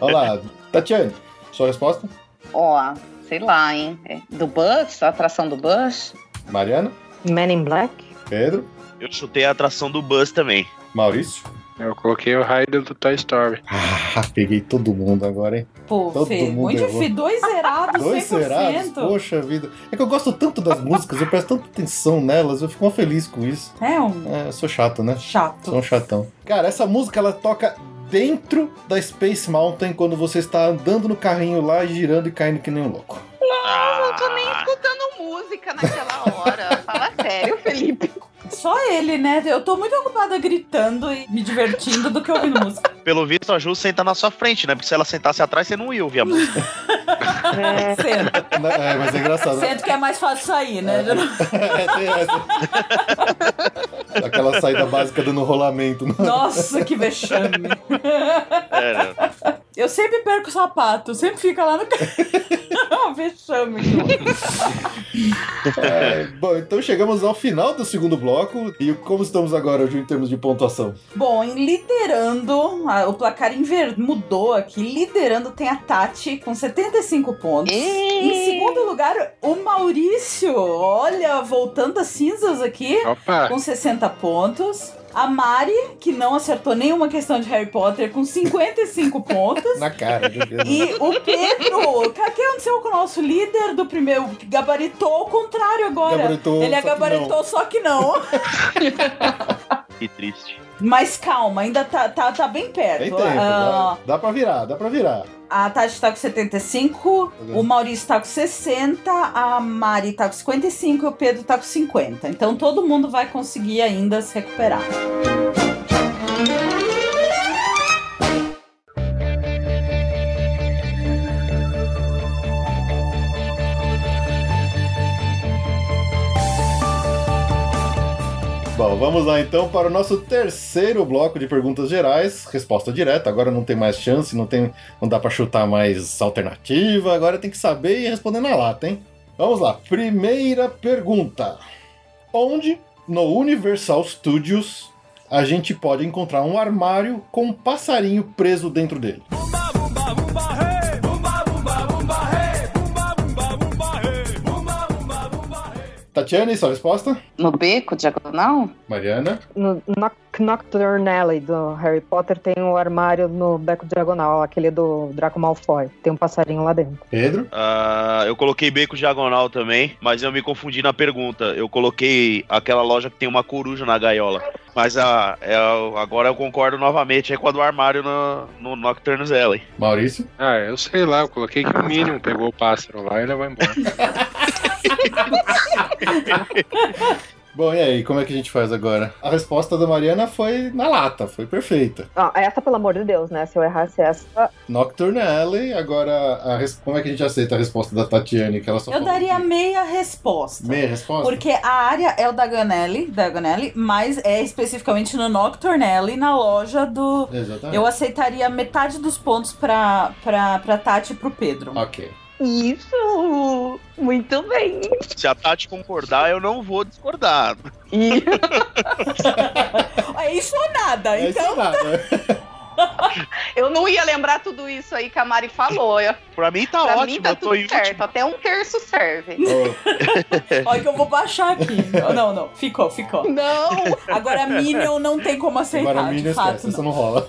[SPEAKER 1] Olha lá, Tatiane, sua resposta?
[SPEAKER 3] Ó, sei lá, hein? É Do bus, a atração do bus?
[SPEAKER 1] Mariana,
[SPEAKER 4] Men in Black?
[SPEAKER 1] Pedro,
[SPEAKER 5] Eu chutei a atração do Buzz também.
[SPEAKER 1] Maurício.
[SPEAKER 6] Eu coloquei o Raiden do Toy Story.
[SPEAKER 1] Ah, peguei todo mundo agora, hein?
[SPEAKER 2] Pô,
[SPEAKER 1] Todo
[SPEAKER 2] Fê,
[SPEAKER 1] mundo
[SPEAKER 2] muito
[SPEAKER 1] errou.
[SPEAKER 2] difícil. Dois zerados,
[SPEAKER 1] Dois
[SPEAKER 2] 100%.
[SPEAKER 1] serados, poxa vida. É que eu gosto tanto das músicas, eu presto tanta atenção nelas, eu fico mó feliz com isso.
[SPEAKER 2] É um
[SPEAKER 1] É, eu sou chato, né? Sou
[SPEAKER 2] chato.
[SPEAKER 1] um chatão. Cara, essa música ela toca dentro da Space Mountain quando você está andando no carrinho lá, girando e caindo que nem um louco.
[SPEAKER 5] Ah,
[SPEAKER 3] tô nem escutando música naquela hora. Fala sério, Felipe.
[SPEAKER 2] Só ele, né? Eu tô muito ocupada gritando e me divertindo do que ouvindo música.
[SPEAKER 5] pelo visto, a Ju senta na sua frente, né? Porque se ela sentasse atrás, você não ia ouvir a música.
[SPEAKER 4] É.
[SPEAKER 2] Sendo,
[SPEAKER 1] Na- É, mas é engraçado. né?
[SPEAKER 2] sendo que é mais fácil sair, né?
[SPEAKER 1] É, tem essa. Aquela saída básica dando rolamento. né?
[SPEAKER 2] Nossa, que vexame.
[SPEAKER 5] É,
[SPEAKER 2] Eu sempre perco o sapato, sempre fica lá no carro. vexame.
[SPEAKER 1] É, bom, então chegamos ao final do segundo bloco. E como estamos agora, Ju, em termos de pontuação?
[SPEAKER 2] Bom, em liderando, a- o placar inver- mudou aqui. Liderando tem a Tati com 75 pontos. Em segundo lugar, o Maurício. Olha, voltando das cinzas aqui.
[SPEAKER 6] Opa!
[SPEAKER 2] com 60 pontos. A Mari, que não acertou nenhuma questão de Harry Potter, com 55 pontos.
[SPEAKER 1] Na cara, meu Deus.
[SPEAKER 2] E o Pedro, o que que aconteceu com o nosso líder do primeiro? que Gabaritou ao contrário agora.
[SPEAKER 1] Gabaritou,
[SPEAKER 2] Ele
[SPEAKER 1] só
[SPEAKER 2] é
[SPEAKER 1] que
[SPEAKER 2] gabaritou, só que não.
[SPEAKER 5] que triste.
[SPEAKER 2] Mas calma, ainda tá, tá, tá bem perto.
[SPEAKER 1] Tem tempo, tá.
[SPEAKER 2] Ah,
[SPEAKER 1] dá, dá pra virar, dá pra virar.
[SPEAKER 2] A Tati tá com 75,
[SPEAKER 1] Uhum.
[SPEAKER 2] o Maurício tá com 60, a Mari tá com 55 e o Pedro tá com 50. Então todo mundo vai conseguir ainda se recuperar.
[SPEAKER 1] vamos lá então para o nosso terceiro bloco de perguntas gerais, resposta direta. Agora não tem mais chance, não tem, não dá para chutar mais alternativa. Agora tem que saber e responder na lata, hein? Vamos lá. Primeira pergunta: Onde no Universal Studios a gente pode encontrar um armário com um passarinho preso dentro dele? Tatiane, sua resposta?
[SPEAKER 3] No beco, diagonal?
[SPEAKER 1] Mariana?
[SPEAKER 4] No Noc- Nocturne Alley do Harry Potter tem o armário no beco diagonal, aquele do Draco Malfoy. Tem um passarinho lá dentro.
[SPEAKER 1] Pedro?
[SPEAKER 5] Ah, eu coloquei beco diagonal também, mas eu me confundi na pergunta. Eu coloquei aquela loja que tem uma coruja na gaiola. Mas ah, é, agora eu concordo novamente é com a do armário no, no Nocturne's Alley.
[SPEAKER 1] Maurício?
[SPEAKER 6] Ah, eu sei lá, eu coloquei que o Minion pegou o pássaro lá e levou embora.
[SPEAKER 1] Bom, e aí, como é que a gente faz agora? A resposta da Mariana foi na lata, foi perfeita.
[SPEAKER 4] Ah, essa, pelo amor de Deus, né? Se eu errasse essa.
[SPEAKER 1] Nocturne Alley, agora a res- como é que a gente aceita a resposta da Tatiane? Que ela só
[SPEAKER 2] Eu
[SPEAKER 1] falou-
[SPEAKER 2] daria meia resposta.
[SPEAKER 1] meia resposta?
[SPEAKER 2] Porque a área é o Dagonelli, Dagonelli, mas é especificamente no Nocturnelli, na loja do.
[SPEAKER 1] Exatamente.
[SPEAKER 2] Eu aceitaria metade dos pontos pra, pra, pra Tati e pro Pedro.
[SPEAKER 1] Ok.
[SPEAKER 8] Isso! Muito bem!
[SPEAKER 5] Se a Tati concordar, eu não vou discordar.
[SPEAKER 2] É isso ou nada,
[SPEAKER 1] Ah. É isso
[SPEAKER 2] então.
[SPEAKER 1] nada.
[SPEAKER 3] Eu não ia lembrar tudo isso aí que a Mari falou. Eu,
[SPEAKER 5] Pra mim tá
[SPEAKER 3] pra
[SPEAKER 5] ótimo,
[SPEAKER 3] mim tá
[SPEAKER 5] eu tô
[SPEAKER 3] tudo
[SPEAKER 5] em
[SPEAKER 3] certo.
[SPEAKER 5] último.
[SPEAKER 3] Até um terço serve.
[SPEAKER 1] Ô,
[SPEAKER 2] Olha que eu vou baixar aqui. não, não. Ficou, ficou.
[SPEAKER 3] Não!
[SPEAKER 2] Agora a Minion não tem como aceitar,
[SPEAKER 1] agora a
[SPEAKER 2] de
[SPEAKER 1] mina
[SPEAKER 2] fato.
[SPEAKER 1] esquece, isso não rola.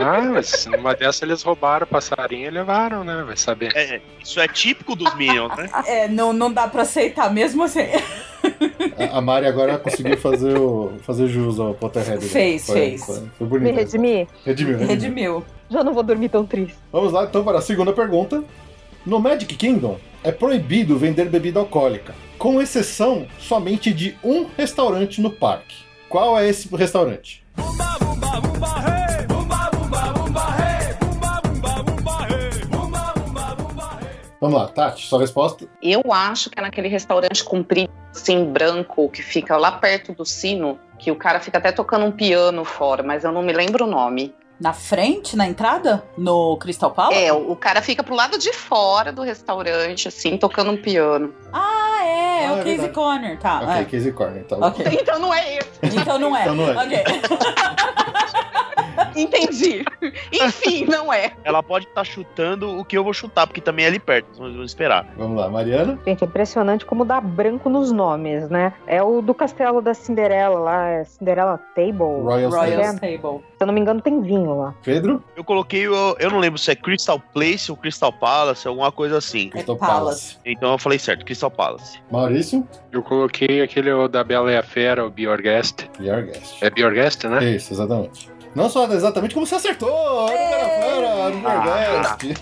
[SPEAKER 6] ah, mas numa dessa eles roubaram o passarinho e levaram, né? Vai saber.
[SPEAKER 5] É, isso é típico dos Minions, né?
[SPEAKER 2] não. É, não, não dá pra aceitar, mesmo assim.
[SPEAKER 1] A- A Mari agora conseguiu fazer, o, fazer jus ao Potterhead. né?
[SPEAKER 2] Fez,
[SPEAKER 1] foi,
[SPEAKER 2] fez.
[SPEAKER 1] Foi, foi
[SPEAKER 4] Me
[SPEAKER 1] bonito.
[SPEAKER 4] redimi?
[SPEAKER 1] Redimiu, redimiu.
[SPEAKER 2] Redimiu.
[SPEAKER 4] Já não vou dormir tão triste.
[SPEAKER 1] Vamos lá então para a segunda pergunta. No Magic Kingdom é proibido vender bebida alcoólica, com exceção somente de um restaurante no parque. Qual é esse restaurante? Vamos lá, Tati, sua resposta.
[SPEAKER 3] Eu acho que é naquele restaurante comprido, assim, branco, que fica lá perto do sino, que o cara fica até tocando um piano fora, mas eu não me lembro o nome.
[SPEAKER 2] Na frente, na entrada? No Crystal
[SPEAKER 5] Oh.
[SPEAKER 2] Palace?
[SPEAKER 3] É, o o cara fica pro lado de fora do restaurante, assim, tocando um piano.
[SPEAKER 2] Ah, é, é
[SPEAKER 1] Ah,
[SPEAKER 2] o
[SPEAKER 1] é
[SPEAKER 2] Casey
[SPEAKER 1] verdade.
[SPEAKER 2] Conner, tá.
[SPEAKER 1] ok, Casey Corner, tá bom.
[SPEAKER 2] é. Ok.
[SPEAKER 3] Então não é esse.
[SPEAKER 2] Então não é.
[SPEAKER 1] Então não é.
[SPEAKER 2] Ok.
[SPEAKER 3] Entendi. Enfim, não é.
[SPEAKER 5] Ela pode estar chutando o que eu vou chutar, porque também é ali perto. Mas eu vou esperar.
[SPEAKER 1] Vamos lá, Mariana.
[SPEAKER 4] Gente, é impressionante como dá branco nos nomes, né? É o do castelo da Cinderela lá, é Cinderela Table.
[SPEAKER 1] Royal
[SPEAKER 2] Royal
[SPEAKER 1] Royals.
[SPEAKER 2] Table.
[SPEAKER 4] Se eu não me engano, tem vinho lá.
[SPEAKER 1] Pedro.
[SPEAKER 5] Eu coloquei, o- eu não lembro se é Crystal Place ou Crystal Palace, alguma coisa assim.
[SPEAKER 1] Crystal
[SPEAKER 2] Palace.
[SPEAKER 5] Então eu falei certo, Crystal Palace.
[SPEAKER 1] Maurício.
[SPEAKER 6] Eu coloquei aquele o da Bela e a Fera, o Biorgast.
[SPEAKER 1] Your guest.
[SPEAKER 6] É Biorgast, né?
[SPEAKER 1] Isso, exatamente. Não só exatamente como você acertou! Olha o cara fora, no Nordeste.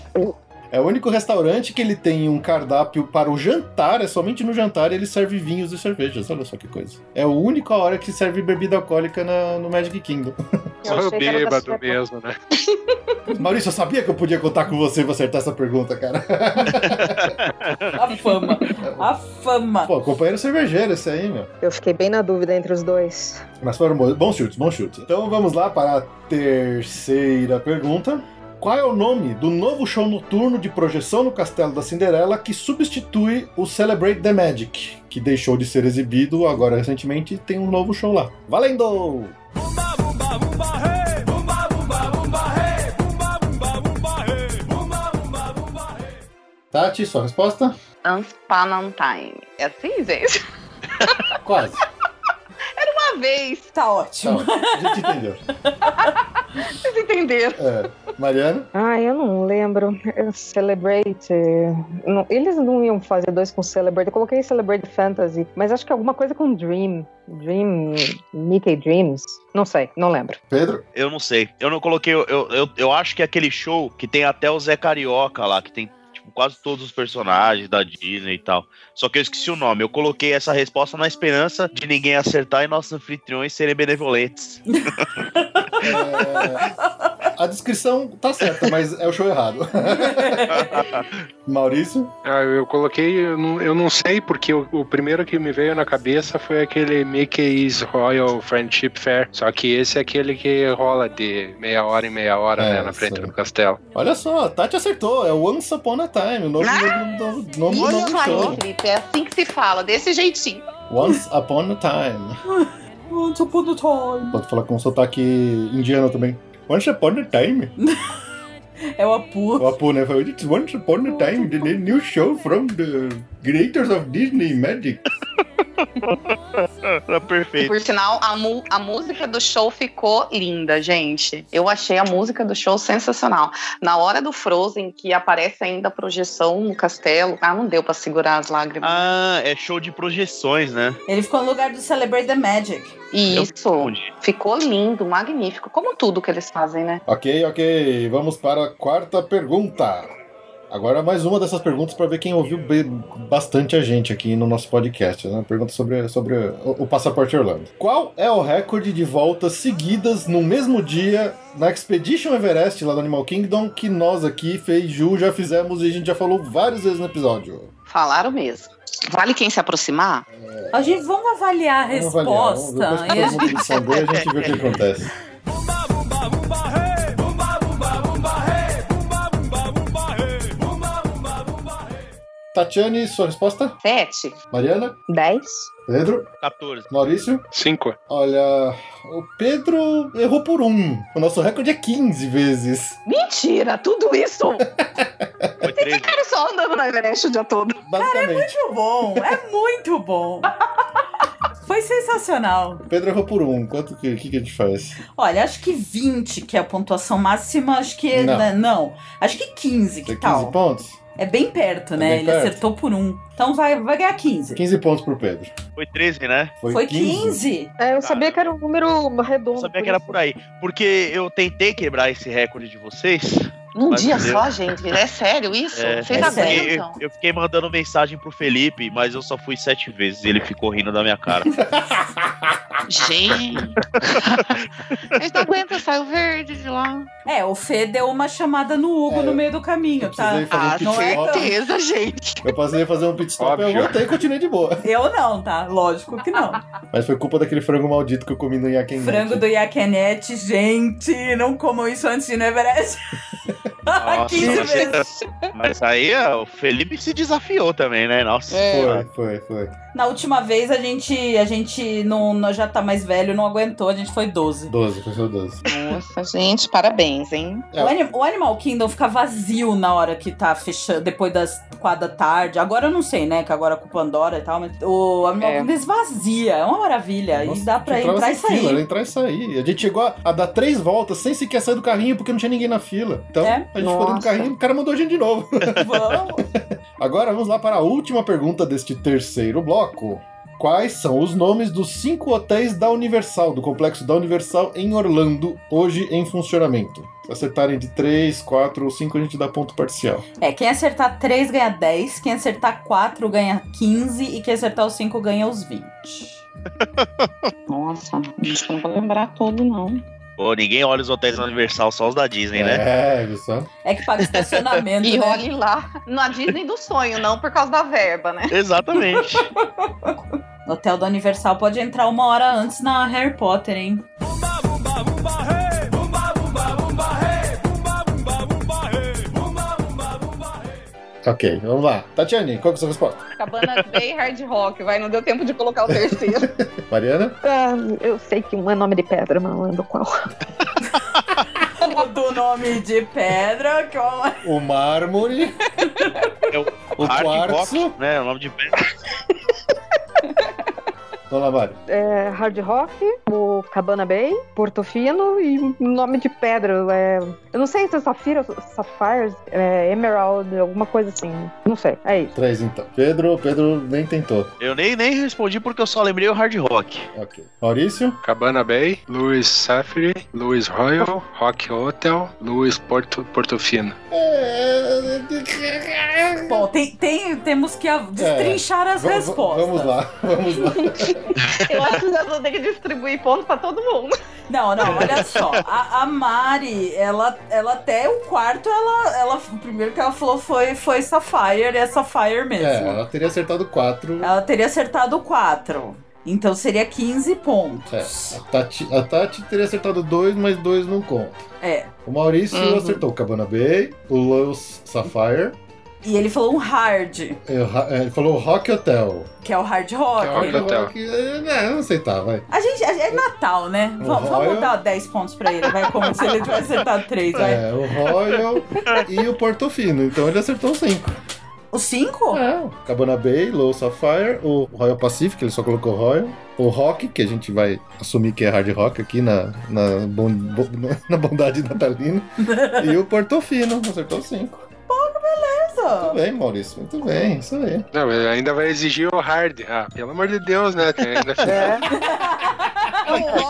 [SPEAKER 1] É o único restaurante que ele tem um cardápio para o jantar, é somente no jantar ele serve vinhos e cervejas, olha só que coisa. É a única hora que serve bebida alcoólica na- no Magic Kingdom.
[SPEAKER 4] Eu
[SPEAKER 6] Só o
[SPEAKER 4] achei que era da
[SPEAKER 6] bêbado
[SPEAKER 4] Cinderela.
[SPEAKER 6] mesmo, né?
[SPEAKER 1] Maurício, eu sabia que eu podia contar com você pra acertar essa pergunta, cara.
[SPEAKER 2] A fama. A fama.
[SPEAKER 1] Pô, companheiro cervejeiro esse aí, meu.
[SPEAKER 4] Eu fiquei bem na dúvida entre os dois.
[SPEAKER 1] Mas foram bo- bons chutes, bons chutes. Então vamos lá para a terceira pergunta. Qual é o nome do novo show noturno de projeção no Castelo da Cinderela que substitui o Celebrate the Magic, que deixou de ser exibido agora recentemente e tem um novo show lá? Valendo! Tati, sua resposta?
[SPEAKER 3] Anspalantine. É assim, gente?
[SPEAKER 1] Quase.
[SPEAKER 3] Uma vez.
[SPEAKER 2] Tá ótimo.
[SPEAKER 1] Não, a gente entendeu.
[SPEAKER 3] Vocês entenderam?
[SPEAKER 1] É, Mariana?
[SPEAKER 4] Ah, eu não lembro. Eu- Celebrate. eh, não- eles não iam fazer dois com Celebrate. Eu coloquei Celebrate Fantasy, mas acho que é alguma coisa com Dream. Dream. Mickey Dreams. Não sei, não lembro.
[SPEAKER 1] Pedro?
[SPEAKER 5] Eu não sei. Eu não coloquei. Eu, eu, eu acho que é aquele show que tem até o Zé Carioca lá, que tem tipo, quase todos os personagens da Disney e tal. Só que eu esqueci o nome. Eu coloquei essa resposta na esperança de ninguém acertar e nossos anfitriões serem benevolentes.
[SPEAKER 1] É, a descrição tá certa, mas é o show errado. Maurício?
[SPEAKER 6] Ah, eu coloquei, eu não, eu não sei, porque o, o primeiro que me veio na cabeça foi aquele Mickey's Royal Friendship Fair. Só que esse é aquele que rola de meia hora em meia hora,
[SPEAKER 4] É,
[SPEAKER 6] né, na
[SPEAKER 1] Essa.
[SPEAKER 6] frente do castelo.
[SPEAKER 1] Olha só, a Tati acertou. É Once Upon a Time, o novo nome do- do- nome do
[SPEAKER 3] Isso aí,
[SPEAKER 1] show.
[SPEAKER 3] Felipe, é assim que se fala, desse jeitinho.
[SPEAKER 1] Once Upon a Time. Tá.
[SPEAKER 2] Once upon a time.
[SPEAKER 1] Pode falar com sotaque indiano também. Once Upon a Time.
[SPEAKER 2] É o Apu.
[SPEAKER 1] O Apu, né? Falou, It's Once Upon a Time, the new show from the creators of Disney Magic.
[SPEAKER 5] Tá perfeito.
[SPEAKER 3] Por sinal, a, mu- a música do show ficou linda, gente. Eu achei a música do show sensacional. Na hora do Frozen, que aparece ainda a projeção no castelo, ah, não deu pra segurar as lágrimas.
[SPEAKER 5] Ah, é show de projeções, né?
[SPEAKER 2] Ele ficou no lugar do Celebrate the Magic.
[SPEAKER 5] Ah,
[SPEAKER 3] E
[SPEAKER 5] eu
[SPEAKER 3] isso
[SPEAKER 5] confundi.
[SPEAKER 3] ficou lindo, magnífico, como tudo que eles fazem, né?
[SPEAKER 1] Ok, ok. Vamos para a quarta pergunta. Agora mais uma dessas perguntas para ver quem ouviu bem- bastante a gente aqui no nosso podcast. Né? Pergunta sobre, sobre o, o Passaporte Orlando. Qual é o recorde de voltas seguidas no mesmo dia na Expedition Everest lá do Animal Kingdom que nós aqui, Fei e Ju, já fizemos e a gente já falou várias vezes no episódio?
[SPEAKER 3] Falaram mesmo. Vale quem se aproximar?
[SPEAKER 2] A gente vamos avaliar a
[SPEAKER 1] Vamos avaliar, vamos ver,
[SPEAKER 2] resposta.
[SPEAKER 1] depois que todo mundo responder, a gente vê o que acontece. Tatiane, sua resposta?
[SPEAKER 3] Sete?
[SPEAKER 1] Mariana?
[SPEAKER 8] Dez?
[SPEAKER 1] Pedro?
[SPEAKER 5] 14.
[SPEAKER 1] Maurício?
[SPEAKER 6] Cinco.
[SPEAKER 1] Olha, o Pedro errou por um. O nosso recorde é 15 vezes.
[SPEAKER 3] Mentira, tudo isso!
[SPEAKER 5] Foi 13.
[SPEAKER 3] Era só andando na Everest o dia todo.
[SPEAKER 1] Basicamente,
[SPEAKER 2] Muito bom, é muito bom. Foi sensacional.
[SPEAKER 1] o Pedro errou por um. Quanto que, que, que a gente faz?
[SPEAKER 2] Olha, acho que 20, que é a pontuação máxima, acho que.
[SPEAKER 1] Não.
[SPEAKER 2] né, Não. Acho que 15, que
[SPEAKER 1] Tem 15
[SPEAKER 2] tal?
[SPEAKER 1] pontos?
[SPEAKER 2] É bem perto,
[SPEAKER 1] É
[SPEAKER 2] né?
[SPEAKER 1] bem
[SPEAKER 2] Ele
[SPEAKER 1] perto.
[SPEAKER 2] acertou por um. Então vai, vai ganhar 15.
[SPEAKER 1] 15 pontos pro Pedro.
[SPEAKER 5] Foi 13, né?
[SPEAKER 2] Foi 15?
[SPEAKER 4] É, eu sabia que era um número redondo.
[SPEAKER 5] Eu sabia que era
[SPEAKER 4] isso.
[SPEAKER 5] por aí. Porque eu tentei quebrar esse recorde de vocês.
[SPEAKER 3] Num
[SPEAKER 5] Mas
[SPEAKER 3] Um dia
[SPEAKER 5] deu.
[SPEAKER 3] só, gente? É sério isso?
[SPEAKER 5] É,
[SPEAKER 3] Vocês
[SPEAKER 2] é
[SPEAKER 5] Porque
[SPEAKER 3] aguentam?
[SPEAKER 5] eu, eu fiquei mandando mensagem pro Felipe, mas eu só fui sete vezes e ele ficou rindo da minha cara.
[SPEAKER 3] Gente. Eles não aguentam, saiu verde de lá.
[SPEAKER 2] É, o Fê deu uma chamada no Hugo
[SPEAKER 1] É,
[SPEAKER 2] no meio do caminho,
[SPEAKER 1] Eu
[SPEAKER 2] tá?
[SPEAKER 1] precisei fazer um
[SPEAKER 3] Ah,
[SPEAKER 1] pit stop.
[SPEAKER 3] certeza, gente.
[SPEAKER 1] Eu passei a fazer um pit stop, eu
[SPEAKER 6] Óbvio.
[SPEAKER 1] voltei e continuei de boa.
[SPEAKER 2] Eu não, tá? Lógico que não.
[SPEAKER 1] Mas foi culpa daquele frango maldito que eu comi no Yakin.
[SPEAKER 2] Frango do Iaquenete, gente, não comam isso antes de ir no Everest. né?
[SPEAKER 5] Nossa,
[SPEAKER 2] 15
[SPEAKER 5] mas-
[SPEAKER 2] vezes.
[SPEAKER 5] Mas aí ó, o Felipe se desafiou também, né? Nossa.
[SPEAKER 1] Foi, foi, foi.
[SPEAKER 2] Na última vez a gente, a gente não, não- já tá mais velho, não aguentou, a gente foi 12.
[SPEAKER 1] 12, foi só 12.
[SPEAKER 3] Nossa, gente, parabéns, hein?
[SPEAKER 1] É.
[SPEAKER 2] O, Ani- o Animal Kingdom fica vazio na hora que tá fechando, depois das quatro da tarde. Agora eu não sei, né? Que agora é com Pandora e tal, mas o Animal
[SPEAKER 3] É.
[SPEAKER 2] Kingdom esvazia, é uma maravilha. e
[SPEAKER 1] Nossa,
[SPEAKER 2] dá pra
[SPEAKER 1] entrava
[SPEAKER 2] entrar e
[SPEAKER 1] sem fila, era
[SPEAKER 2] sair.
[SPEAKER 1] entrar e sair. A gente chegou a, a dar três voltas sem sequer sair do carrinho porque não tinha ninguém na fila. Então,
[SPEAKER 2] É?
[SPEAKER 1] a gente foi dentro do
[SPEAKER 3] Nossa.
[SPEAKER 1] carrinho e o cara mandou a gente de novo.
[SPEAKER 2] Vamos.
[SPEAKER 1] Agora vamos lá para a última pergunta deste terceiro bloco. Quais são os nomes dos cinco hotéis da Universal, do complexo da Universal em Orlando, hoje em funcionamento? Se acertarem de 3, 4 ou 5, a gente dá ponto parcial.
[SPEAKER 2] É, quem acertar 3 ganha 10, quem acertar 4 ganha 15 e quem acertar os 5 ganha os 20.
[SPEAKER 3] Nossa, acho que eu não vou lembrar tudo, não.
[SPEAKER 5] Pô, ninguém olha os hotéis da Universal, só os da Disney, né?
[SPEAKER 1] É, viu só?
[SPEAKER 2] É que paga estacionamento,
[SPEAKER 3] E
[SPEAKER 2] né?
[SPEAKER 3] olhe lá, na Disney do sonho, não por causa da verba, né?
[SPEAKER 5] Exatamente.
[SPEAKER 2] No hotel da Universal pode entrar uma hora antes na Harry Potter, hein?
[SPEAKER 1] Ok, vamos lá. Tatiane, qual que é a sua resposta?
[SPEAKER 3] Cabana Bay Hard Rock, vai, não deu tempo de colocar o terceiro.
[SPEAKER 1] Mariana?
[SPEAKER 4] Ah, eu sei que um é nome de pedra, mas não lembro qual.
[SPEAKER 2] Do nome de pedra, que eu-
[SPEAKER 1] O mármore.
[SPEAKER 5] É o-
[SPEAKER 1] o
[SPEAKER 5] Hard
[SPEAKER 1] quartzo.
[SPEAKER 5] Rock, né? O nome de pedra.
[SPEAKER 1] Dona Mari.
[SPEAKER 4] É Hard Rock, o Cabana Bay, Portofino e nome de pedra. É... Eu não sei se é Safira, Sapphire, é Emerald, alguma coisa assim. Não sei, é isso.
[SPEAKER 1] Três então. Pedro, Pedro nem tentou.
[SPEAKER 5] Eu nem, nem respondi porque eu só lembrei o Hard Rock.
[SPEAKER 1] Ok. Maurício?
[SPEAKER 6] Cabana Bay, Louis Safari, Louis Royal, Rock Hotel, Louis Porto, Portofino.
[SPEAKER 1] É, é,
[SPEAKER 2] Bom, tem, tem- temos que a- destrinchar as
[SPEAKER 1] É, Vamos-
[SPEAKER 2] respostas.
[SPEAKER 1] Vamos lá, vamos lá.
[SPEAKER 8] Eu acho que nós vamos ter que distribuir ponto pra todo mundo.
[SPEAKER 2] Não, não, olha só. A, a Mari, ela, ela até o quarto, ela, ela. O primeiro que ela falou foi, foi Sapphire, e é Sapphire mesmo.
[SPEAKER 1] É, ela teria acertado 4.
[SPEAKER 2] Ela teria acertado 4. Então seria 15 pontos.
[SPEAKER 1] A Tati, a Tati teria acertado 2, mas 2 não conta.
[SPEAKER 2] É.
[SPEAKER 1] O Maurício
[SPEAKER 3] Uhum.
[SPEAKER 1] acertou o Cabana Bay, o Lowell Sapphire,
[SPEAKER 2] E ele falou um hard,
[SPEAKER 1] é, o Ra- é, ele falou Rock Hotel.
[SPEAKER 2] que é o hard rock.
[SPEAKER 1] Rock
[SPEAKER 6] Rock Hotel.
[SPEAKER 1] Rock, é, eu não aceitar, vai.
[SPEAKER 2] A gente. a- É Natal, né?
[SPEAKER 1] O
[SPEAKER 2] Va-
[SPEAKER 1] Royal.
[SPEAKER 2] vamos dar 10 pontos pra ele, vai. Como se ele tivesse acertado 3, vai.
[SPEAKER 1] É, o Royal e o Portofino, então ele acertou 5.
[SPEAKER 2] O 5?
[SPEAKER 1] É. Cabana Bay, Low Sapphire, o Royal Pacific, ele só colocou Royal. O Rock, que a gente vai assumir que é hard rock aqui na, na, bon- bo- na bondade natalina. e o Portofino, acertou 5. Muito bem, Maurício, muito bem, isso aí.
[SPEAKER 6] Não, mas ainda vai exigir o hard. Ah, pelo amor de Deus, né? Tem ainda
[SPEAKER 4] É,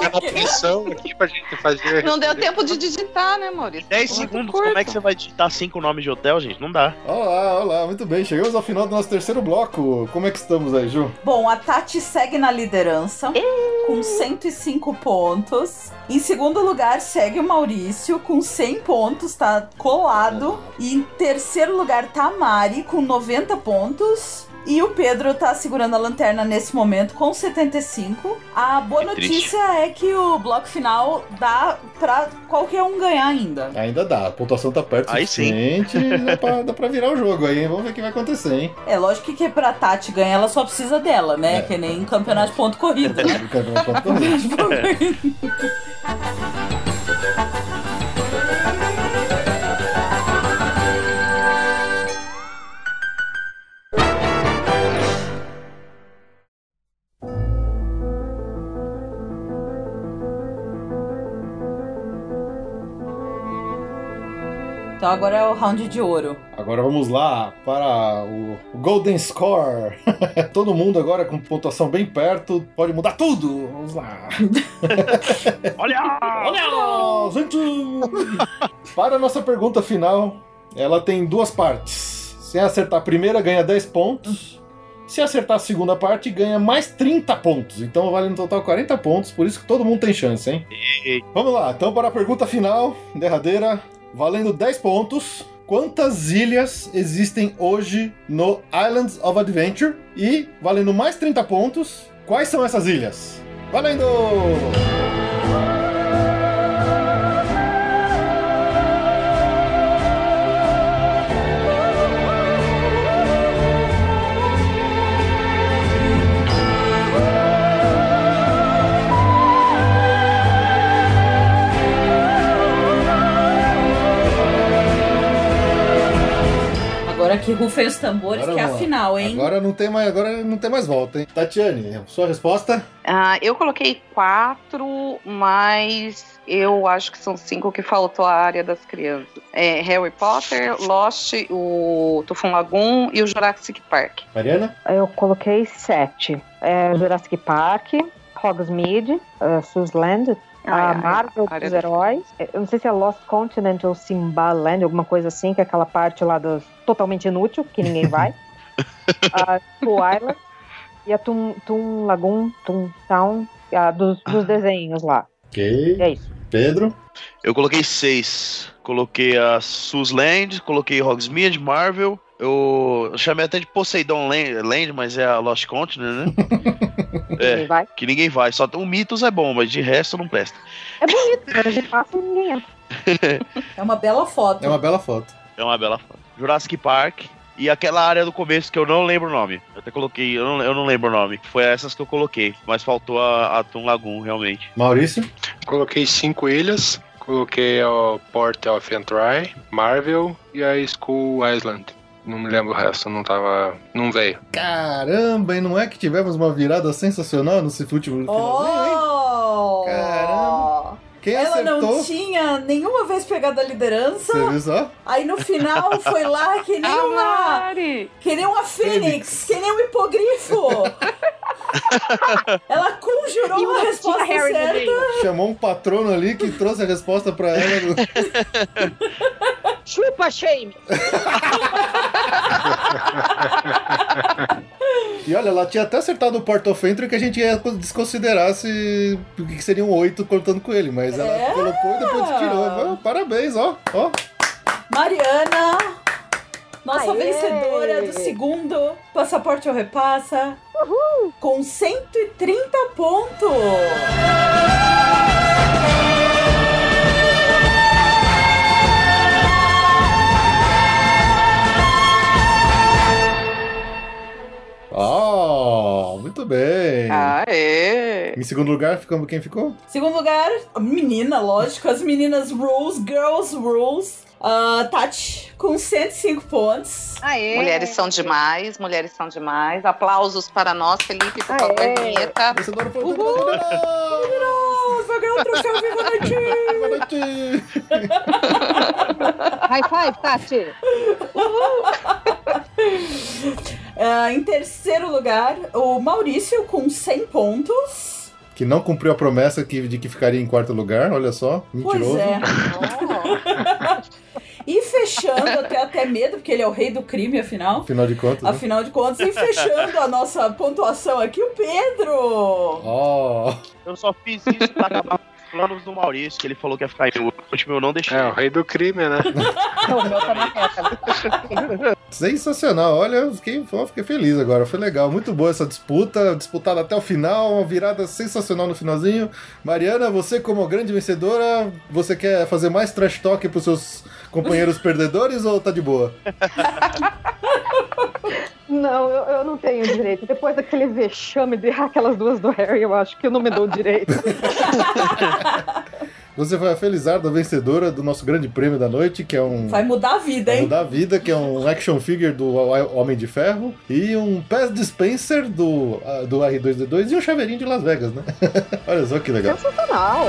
[SPEAKER 6] aquela pressão aqui pra gente fazer.
[SPEAKER 3] Não deu tempo de digitar, né, Maurício?
[SPEAKER 5] 10
[SPEAKER 3] Muito
[SPEAKER 5] segundos,
[SPEAKER 3] curto.
[SPEAKER 5] como é que você vai digitar cinco nomes de hotel, gente? Não dá.
[SPEAKER 1] Olá, olá, muito bem, chegamos ao final do nosso terceiro bloco. Como é que estamos aí, Ju?
[SPEAKER 2] Bom, a Tati segue na liderança com 105 pontos. Em segundo lugar, segue o Maurício com 100 pontos, tá colado. E em terceiro lugar, tá a Mari com 90 pontos. E o Pedro tá segurando a lanterna nesse momento com 75. A boa
[SPEAKER 5] Que triste.
[SPEAKER 2] notícia é que o bloco final dá pra qualquer um ganhar ainda.
[SPEAKER 1] Ainda dá, a pontuação tá perto o
[SPEAKER 5] Aí sim.
[SPEAKER 1] suficiente, dá pra, dá pra virar o jogo aí, hein? Vamos ver o que vai acontecer, hein?
[SPEAKER 2] É lógico que, que pra Tati ganhar, ela só precisa dela, né?
[SPEAKER 1] É.
[SPEAKER 2] Que nem campeonato de ponto corrido, né? Então agora é o round de ouro.
[SPEAKER 1] Agora vamos lá para o Golden Score. Todo mundo agora com pontuação bem perto, pode mudar tudo. Vamos lá.
[SPEAKER 5] Olha!
[SPEAKER 1] Olha, gente! Para a nossa pergunta final, ela tem duas partes. Se acertar a primeira, ganha 10 pontos. Se acertar a segunda parte, ganha mais 30 pontos. Então vale no total 40 pontos, por isso que todo mundo tem chance, hein?
[SPEAKER 5] Ei.
[SPEAKER 1] Vamos lá, então para a pergunta final, derradeira, valendo 10 pontos. Quantas ilhas existem hoje no Islands of Adventure? E, valendo mais 30 pontos, quais são essas ilhas? Valendo!
[SPEAKER 2] Agora que rufem os tambores,
[SPEAKER 1] Agora
[SPEAKER 2] que é a
[SPEAKER 1] vamos lá.
[SPEAKER 2] final, hein?
[SPEAKER 1] Agora não tem mais, agora não tem mais volta, hein? Tatiane, sua resposta?
[SPEAKER 3] Ah, eu coloquei quatro, mas eu acho que são cinco que faltou a área das crianças. É Harry Potter, Lost, o Tufão Lagoon e o Jurassic Park.
[SPEAKER 1] Mariana?
[SPEAKER 4] Eu coloquei sete. É, Jurassic Park, Hogsmeade, uh, Susland, a Marvel
[SPEAKER 3] área
[SPEAKER 4] dos
[SPEAKER 3] da-
[SPEAKER 4] Heróis. Eu não sei se é Lost Continent ou Simbaland, alguma coisa assim, que é aquela parte lá dos totalmente inútil, que ninguém vai. a Twilight e a Tum, Tum Lagoon, Tum Town, a dos, dos desenhos lá. E
[SPEAKER 1] Ok.
[SPEAKER 4] é isso.
[SPEAKER 1] Pedro?
[SPEAKER 5] Eu coloquei seis. Coloquei a Susland, coloquei Hogsmeade, Marvel. Eu chamei até de Poseidon Land, Land, mas é a Lost Continent, né?
[SPEAKER 4] Ninguém
[SPEAKER 5] é,
[SPEAKER 4] vai.
[SPEAKER 5] que ninguém vai. Só tem- o Mitos é bom, mas de resto não presta.
[SPEAKER 4] É bonito, mas a gente passa e ninguém entra.
[SPEAKER 2] É uma bela foto.
[SPEAKER 1] É uma bela foto.
[SPEAKER 5] É uma bela foto. Jurassic Park e aquela área do começo que eu não lembro o nome. Eu até coloquei, eu não, eu não lembro o nome. Foi essas que eu coloquei, mas faltou a, a Toon Lagoon, realmente.
[SPEAKER 1] Maurício?
[SPEAKER 6] Coloquei cinco ilhas. Coloquei o Port of Entry, Marvel e a School Island. Não me lembro o resto, não tava. Não veio.
[SPEAKER 1] Caramba, e não é que tivemos uma virada sensacional nesse último finalzinho, hein?
[SPEAKER 2] Oh!
[SPEAKER 1] Caramba. Quem
[SPEAKER 2] Ela não
[SPEAKER 1] acertou?
[SPEAKER 2] tinha nenhuma vez pegado a liderança,
[SPEAKER 1] Você viu só?
[SPEAKER 2] aí no final foi
[SPEAKER 4] Ah,
[SPEAKER 2] lá que nem uma.
[SPEAKER 8] Mari!
[SPEAKER 2] Que nem uma fênix, que nem um hipogrifo! Ela conjurou a resposta
[SPEAKER 9] Harry no
[SPEAKER 2] certa.
[SPEAKER 9] meio.
[SPEAKER 1] Chamou um patrono ali que trouxe a resposta pra ela.
[SPEAKER 9] Chupa, Shame!
[SPEAKER 1] E olha, ela tinha até acertado o portofentro que a gente ia desconsiderar se o que seriam oito contando com ele, mas ela
[SPEAKER 2] É.
[SPEAKER 1] colocou e depois tirou. Ah, Parabéns, ó, ó.
[SPEAKER 2] Mariana, nossa
[SPEAKER 9] Aê!
[SPEAKER 2] vencedora do segundo Passaporte ou Repassa, com 130 pontos.
[SPEAKER 1] Ó, muito bem.
[SPEAKER 3] Ah, é.
[SPEAKER 1] Em segundo lugar, ficamos quem ficou?
[SPEAKER 2] Segundo lugar, menina, lógico, as meninas Rules, Girls Rules, Ah, Tati, com 105 pontos.
[SPEAKER 4] É.
[SPEAKER 9] Aê!
[SPEAKER 3] Mulheres são demais, mulheres são demais. Aplausos para nós, Felipe, por causa da
[SPEAKER 9] Aê.
[SPEAKER 3] vinheta.
[SPEAKER 1] Você agora foi o
[SPEAKER 2] Uhul! Nossa, vai ganhar o um troféu Viva a Noite!
[SPEAKER 1] Boa noite.
[SPEAKER 9] High five, Tati!
[SPEAKER 2] Ah, em terceiro lugar, o Maurício, com 100 pontos.
[SPEAKER 1] Que não cumpriu a promessa que- de que ficaria em quarto lugar, olha só. Mentiroso.
[SPEAKER 2] Pois é. e fechando, eu tenho até medo, porque ele é o rei do crime, afinal.
[SPEAKER 1] Afinal de contas. né?
[SPEAKER 2] Afinal de contas, e fechando a nossa pontuação aqui, o Pedro!
[SPEAKER 1] Ó.
[SPEAKER 5] Eu só fiz isso pra acabar com os planos do Maurício, que ele falou que ia ficar em último, Tipo, eu não deixei.
[SPEAKER 6] É, o rei do crime, né?
[SPEAKER 9] Não, o meu tá na reta.
[SPEAKER 1] Sensacional, olha, eu fiquei, eu fiquei feliz agora, foi legal, muito boa essa disputa, disputada até o final, uma virada sensacional no finalzinho. Mariana, você como grande vencedora, você quer fazer mais trash talk pros seus companheiros perdedores ou tá de boa?
[SPEAKER 4] Não, eu, eu não tenho direito. Depois daquele vexame de errar aquelas duas do Harry, eu acho que eu não me dou direito.
[SPEAKER 1] Você foi a felizarda vencedora do nosso grande prêmio da noite, que é um...
[SPEAKER 2] Vai mudar a vida, hein?
[SPEAKER 1] da vida, que é um action figure do Homem de Ferro e um Pass Dispenser do, ah, do R2D2 e um chaveirinho de Las Vegas, né? Olha só que legal.
[SPEAKER 4] Sensacional.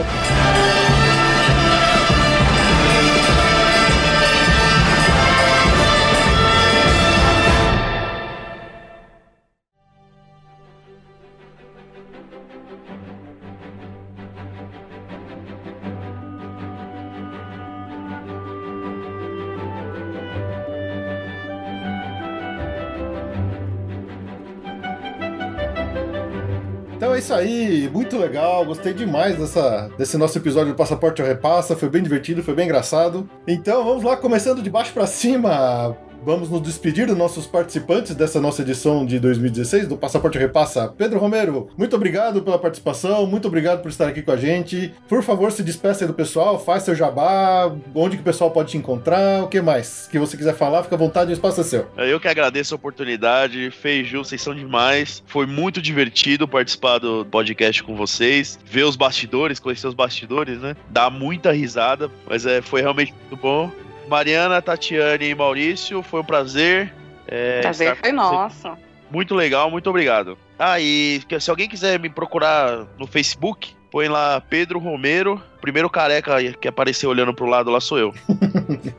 [SPEAKER 1] Então é isso aí, muito legal, gostei demais dessa, desse nosso episódio do Passaporte ao Repassa, foi bem divertido, foi bem engraçado. Então vamos lá, começando de baixo pra cima. Vamos nos despedir dos nossos participantes dessa nossa edição de 2016 do Passaporte ao Repassa. Pedro Romero, muito obrigado pela participação, muito obrigado por estar aqui com a gente. Por favor, se despeça aí do pessoal, faz seu jabá, onde que o pessoal pode te encontrar, o que mais que você quiser falar, fica à vontade, o espaço é seu.
[SPEAKER 5] Eu que agradeço a oportunidade. Feiju, vocês são demais. Foi muito divertido participar do podcast com vocês. Ver os bastidores, conhecer os bastidores, né? Dá muita risada, mas é, foi realmente muito bom. Mariana, Tatiane e Maurício, foi um prazer. É,
[SPEAKER 3] Prazer
[SPEAKER 5] estar
[SPEAKER 3] foi
[SPEAKER 5] com vocês.
[SPEAKER 3] nosso.
[SPEAKER 5] Muito legal, muito obrigado. Ah, e que- se alguém quiser me procurar no Facebook, põe lá Pedro Romero. Primeiro careca que apareceu olhando pro lado lá sou eu.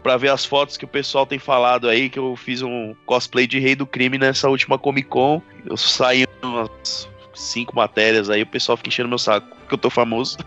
[SPEAKER 5] pra ver as fotos que o pessoal tem falado aí, que eu fiz um cosplay de Rei do Crime nessa última Comic Con. Eu saí umas cinco matérias aí, o pessoal fica enchendo meu saco, que eu tô famoso.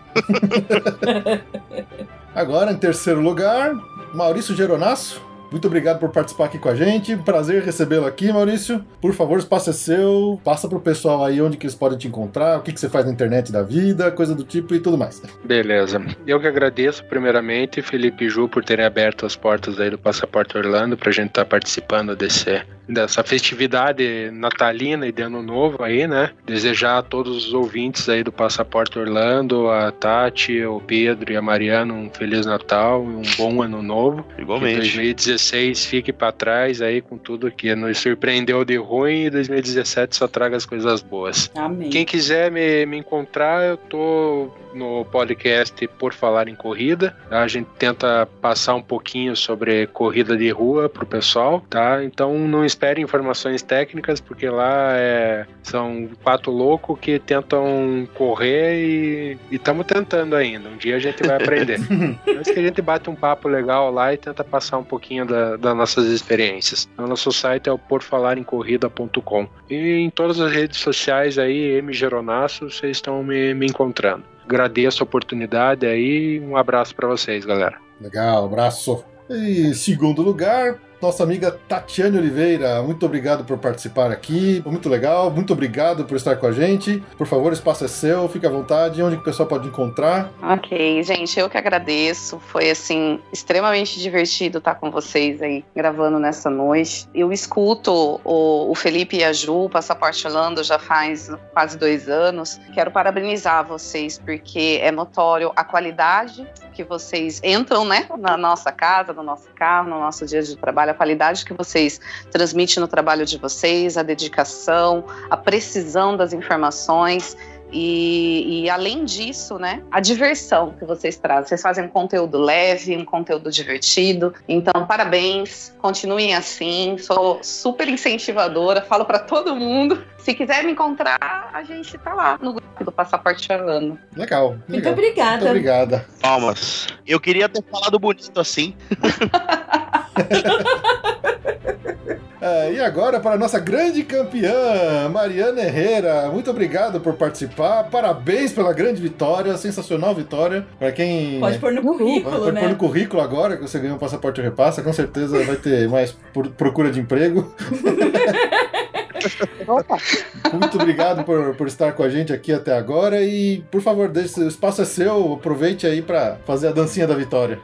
[SPEAKER 1] Agora, em terceiro lugar, Maurício Geronasso. Muito obrigado por participar aqui com a gente. Prazer recebê-lo aqui, Maurício. Por favor, o espaço é seu. Passa pro pessoal aí onde que eles podem te encontrar, o que, que você faz na internet da vida, coisa do tipo e tudo mais.
[SPEAKER 6] Beleza. Eu que agradeço, primeiramente, Felipe e Ju, por terem aberto as portas aí do Passaporte Orlando pra gente estar participando desse, dessa festividade natalina e de ano novo aí, né? Desejar a todos os ouvintes aí do Passaporte Orlando, a Tati, o Pedro e a Mariana um Feliz Natal e um bom ano novo. Que
[SPEAKER 5] Igualmente.
[SPEAKER 6] 2016 fique pra trás aí com tudo que nos surpreendeu de ruim e 2017 só traga as coisas boas.
[SPEAKER 2] Amém.
[SPEAKER 6] Quem quiser me, me encontrar, eu tô no podcast Por Falar em Corrida. tá? A gente tenta passar um pouquinho sobre corrida de rua pro pessoal, tá? Então não espere informações técnicas, porque lá é- são quatro loucos que tentam correr e estamos tentando ainda. Um dia a gente vai aprender. Mas que a gente bate um papo legal lá e tenta passar um pouquinho da- das nossas experiências. O nosso site é o porfalaremcorrida.com. E em todas as redes sociais aí, M Geronasso, vocês estão me, me encontrando. Agradeço a oportunidade aí, um abraço pra vocês, galera.
[SPEAKER 1] Legal, abraço. E em segundo lugar, nossa amiga Tatiane Oliveira. Muito obrigado por participar aqui. Foi muito legal. Muito obrigado por estar com a gente. Por favor, o espaço é seu. Fique à vontade. Onde que o pessoal pode encontrar?
[SPEAKER 3] Ok, gente, eu que agradeço. Foi assim extremamente divertido estar com vocês aí gravando nessa noite. Eu escuto o, o Felipe e a Ju, o Passaporte Orlando, já faz quase dois anos. Quero parabenizar vocês porque é notório a qualidade que vocês entram, né, na nossa casa, no nosso carro, no nosso dia de trabalho, a qualidade que vocês transmitem no trabalho de vocês, a dedicação, a precisão das informações. E, e, além disso, né, a diversão que vocês trazem. Vocês fazem um conteúdo leve, um conteúdo divertido. Então, parabéns, continuem assim. Sou super incentivadora, falo pra todo mundo. Se quiser me encontrar, a gente tá lá no grupo do Passaporte Orlando.
[SPEAKER 1] Legal.
[SPEAKER 2] Muito
[SPEAKER 1] legal.
[SPEAKER 2] obrigada.
[SPEAKER 1] Muito obrigada.
[SPEAKER 5] Palmas. Eu queria ter falado bonito assim.
[SPEAKER 1] É, e agora para a nossa grande campeã, Mariana Herrera. Muito obrigado por participar. Parabéns pela grande vitória, sensacional vitória. Para quem
[SPEAKER 2] Pode pôr no
[SPEAKER 1] Vai
[SPEAKER 2] currículo,
[SPEAKER 1] pôr- pôr
[SPEAKER 2] né?
[SPEAKER 1] no currículo agora que você ganhou um passaporte repassa, com certeza vai ter mais pro- procura de emprego.
[SPEAKER 9] Opa,
[SPEAKER 1] Muito obrigado por, por estar com a gente aqui até agora e, por favor, deixe, o espaço é seu, aproveite aí pra fazer a dancinha da vitória.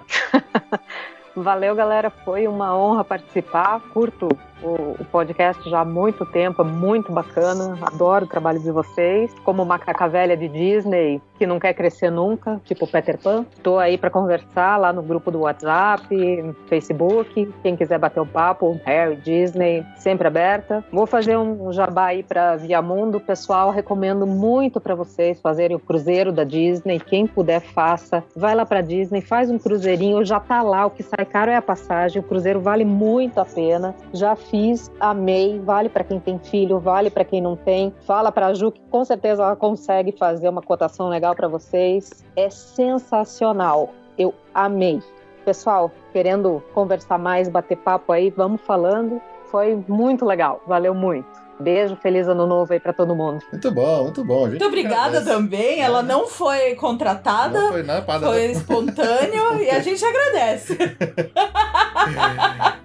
[SPEAKER 4] Valeu, galera. Foi uma honra participar. Curto o, o podcast já há muito tempo, é muito bacana. Adoro o trabalho de vocês. Como macaca velha de Disney, que não quer crescer nunca, tipo Peter Pan. Tô aí para conversar lá no grupo do WhatsApp, Facebook. Quem quiser bater o papo, um Harry, Disney, sempre aberta. Vou fazer um jabá aí para Viamundo. Pessoal, recomendo muito para vocês fazerem o cruzeiro da Disney. Quem puder, faça. Vai lá para Disney, faz um cruzeirinho, já tá lá. O que sai caro é a passagem. O cruzeiro vale muito a pena. Já fiz, amei. Vale para quem tem filho, vale para quem não tem. Fala para a Ju que com certeza ela consegue fazer uma cotação legal para vocês. É sensacional. Eu amei. Pessoal, querendo conversar mais, bater papo aí, vamos falando. Foi muito legal, valeu muito. Beijo, feliz ano novo aí pra todo mundo.
[SPEAKER 1] Muito bom, muito bom, gente.
[SPEAKER 2] Muito obrigada
[SPEAKER 1] Agradece.
[SPEAKER 2] também. Ela não foi
[SPEAKER 1] Não
[SPEAKER 2] contratada,
[SPEAKER 1] foi nada.
[SPEAKER 2] foi espontâneo e a gente agradece.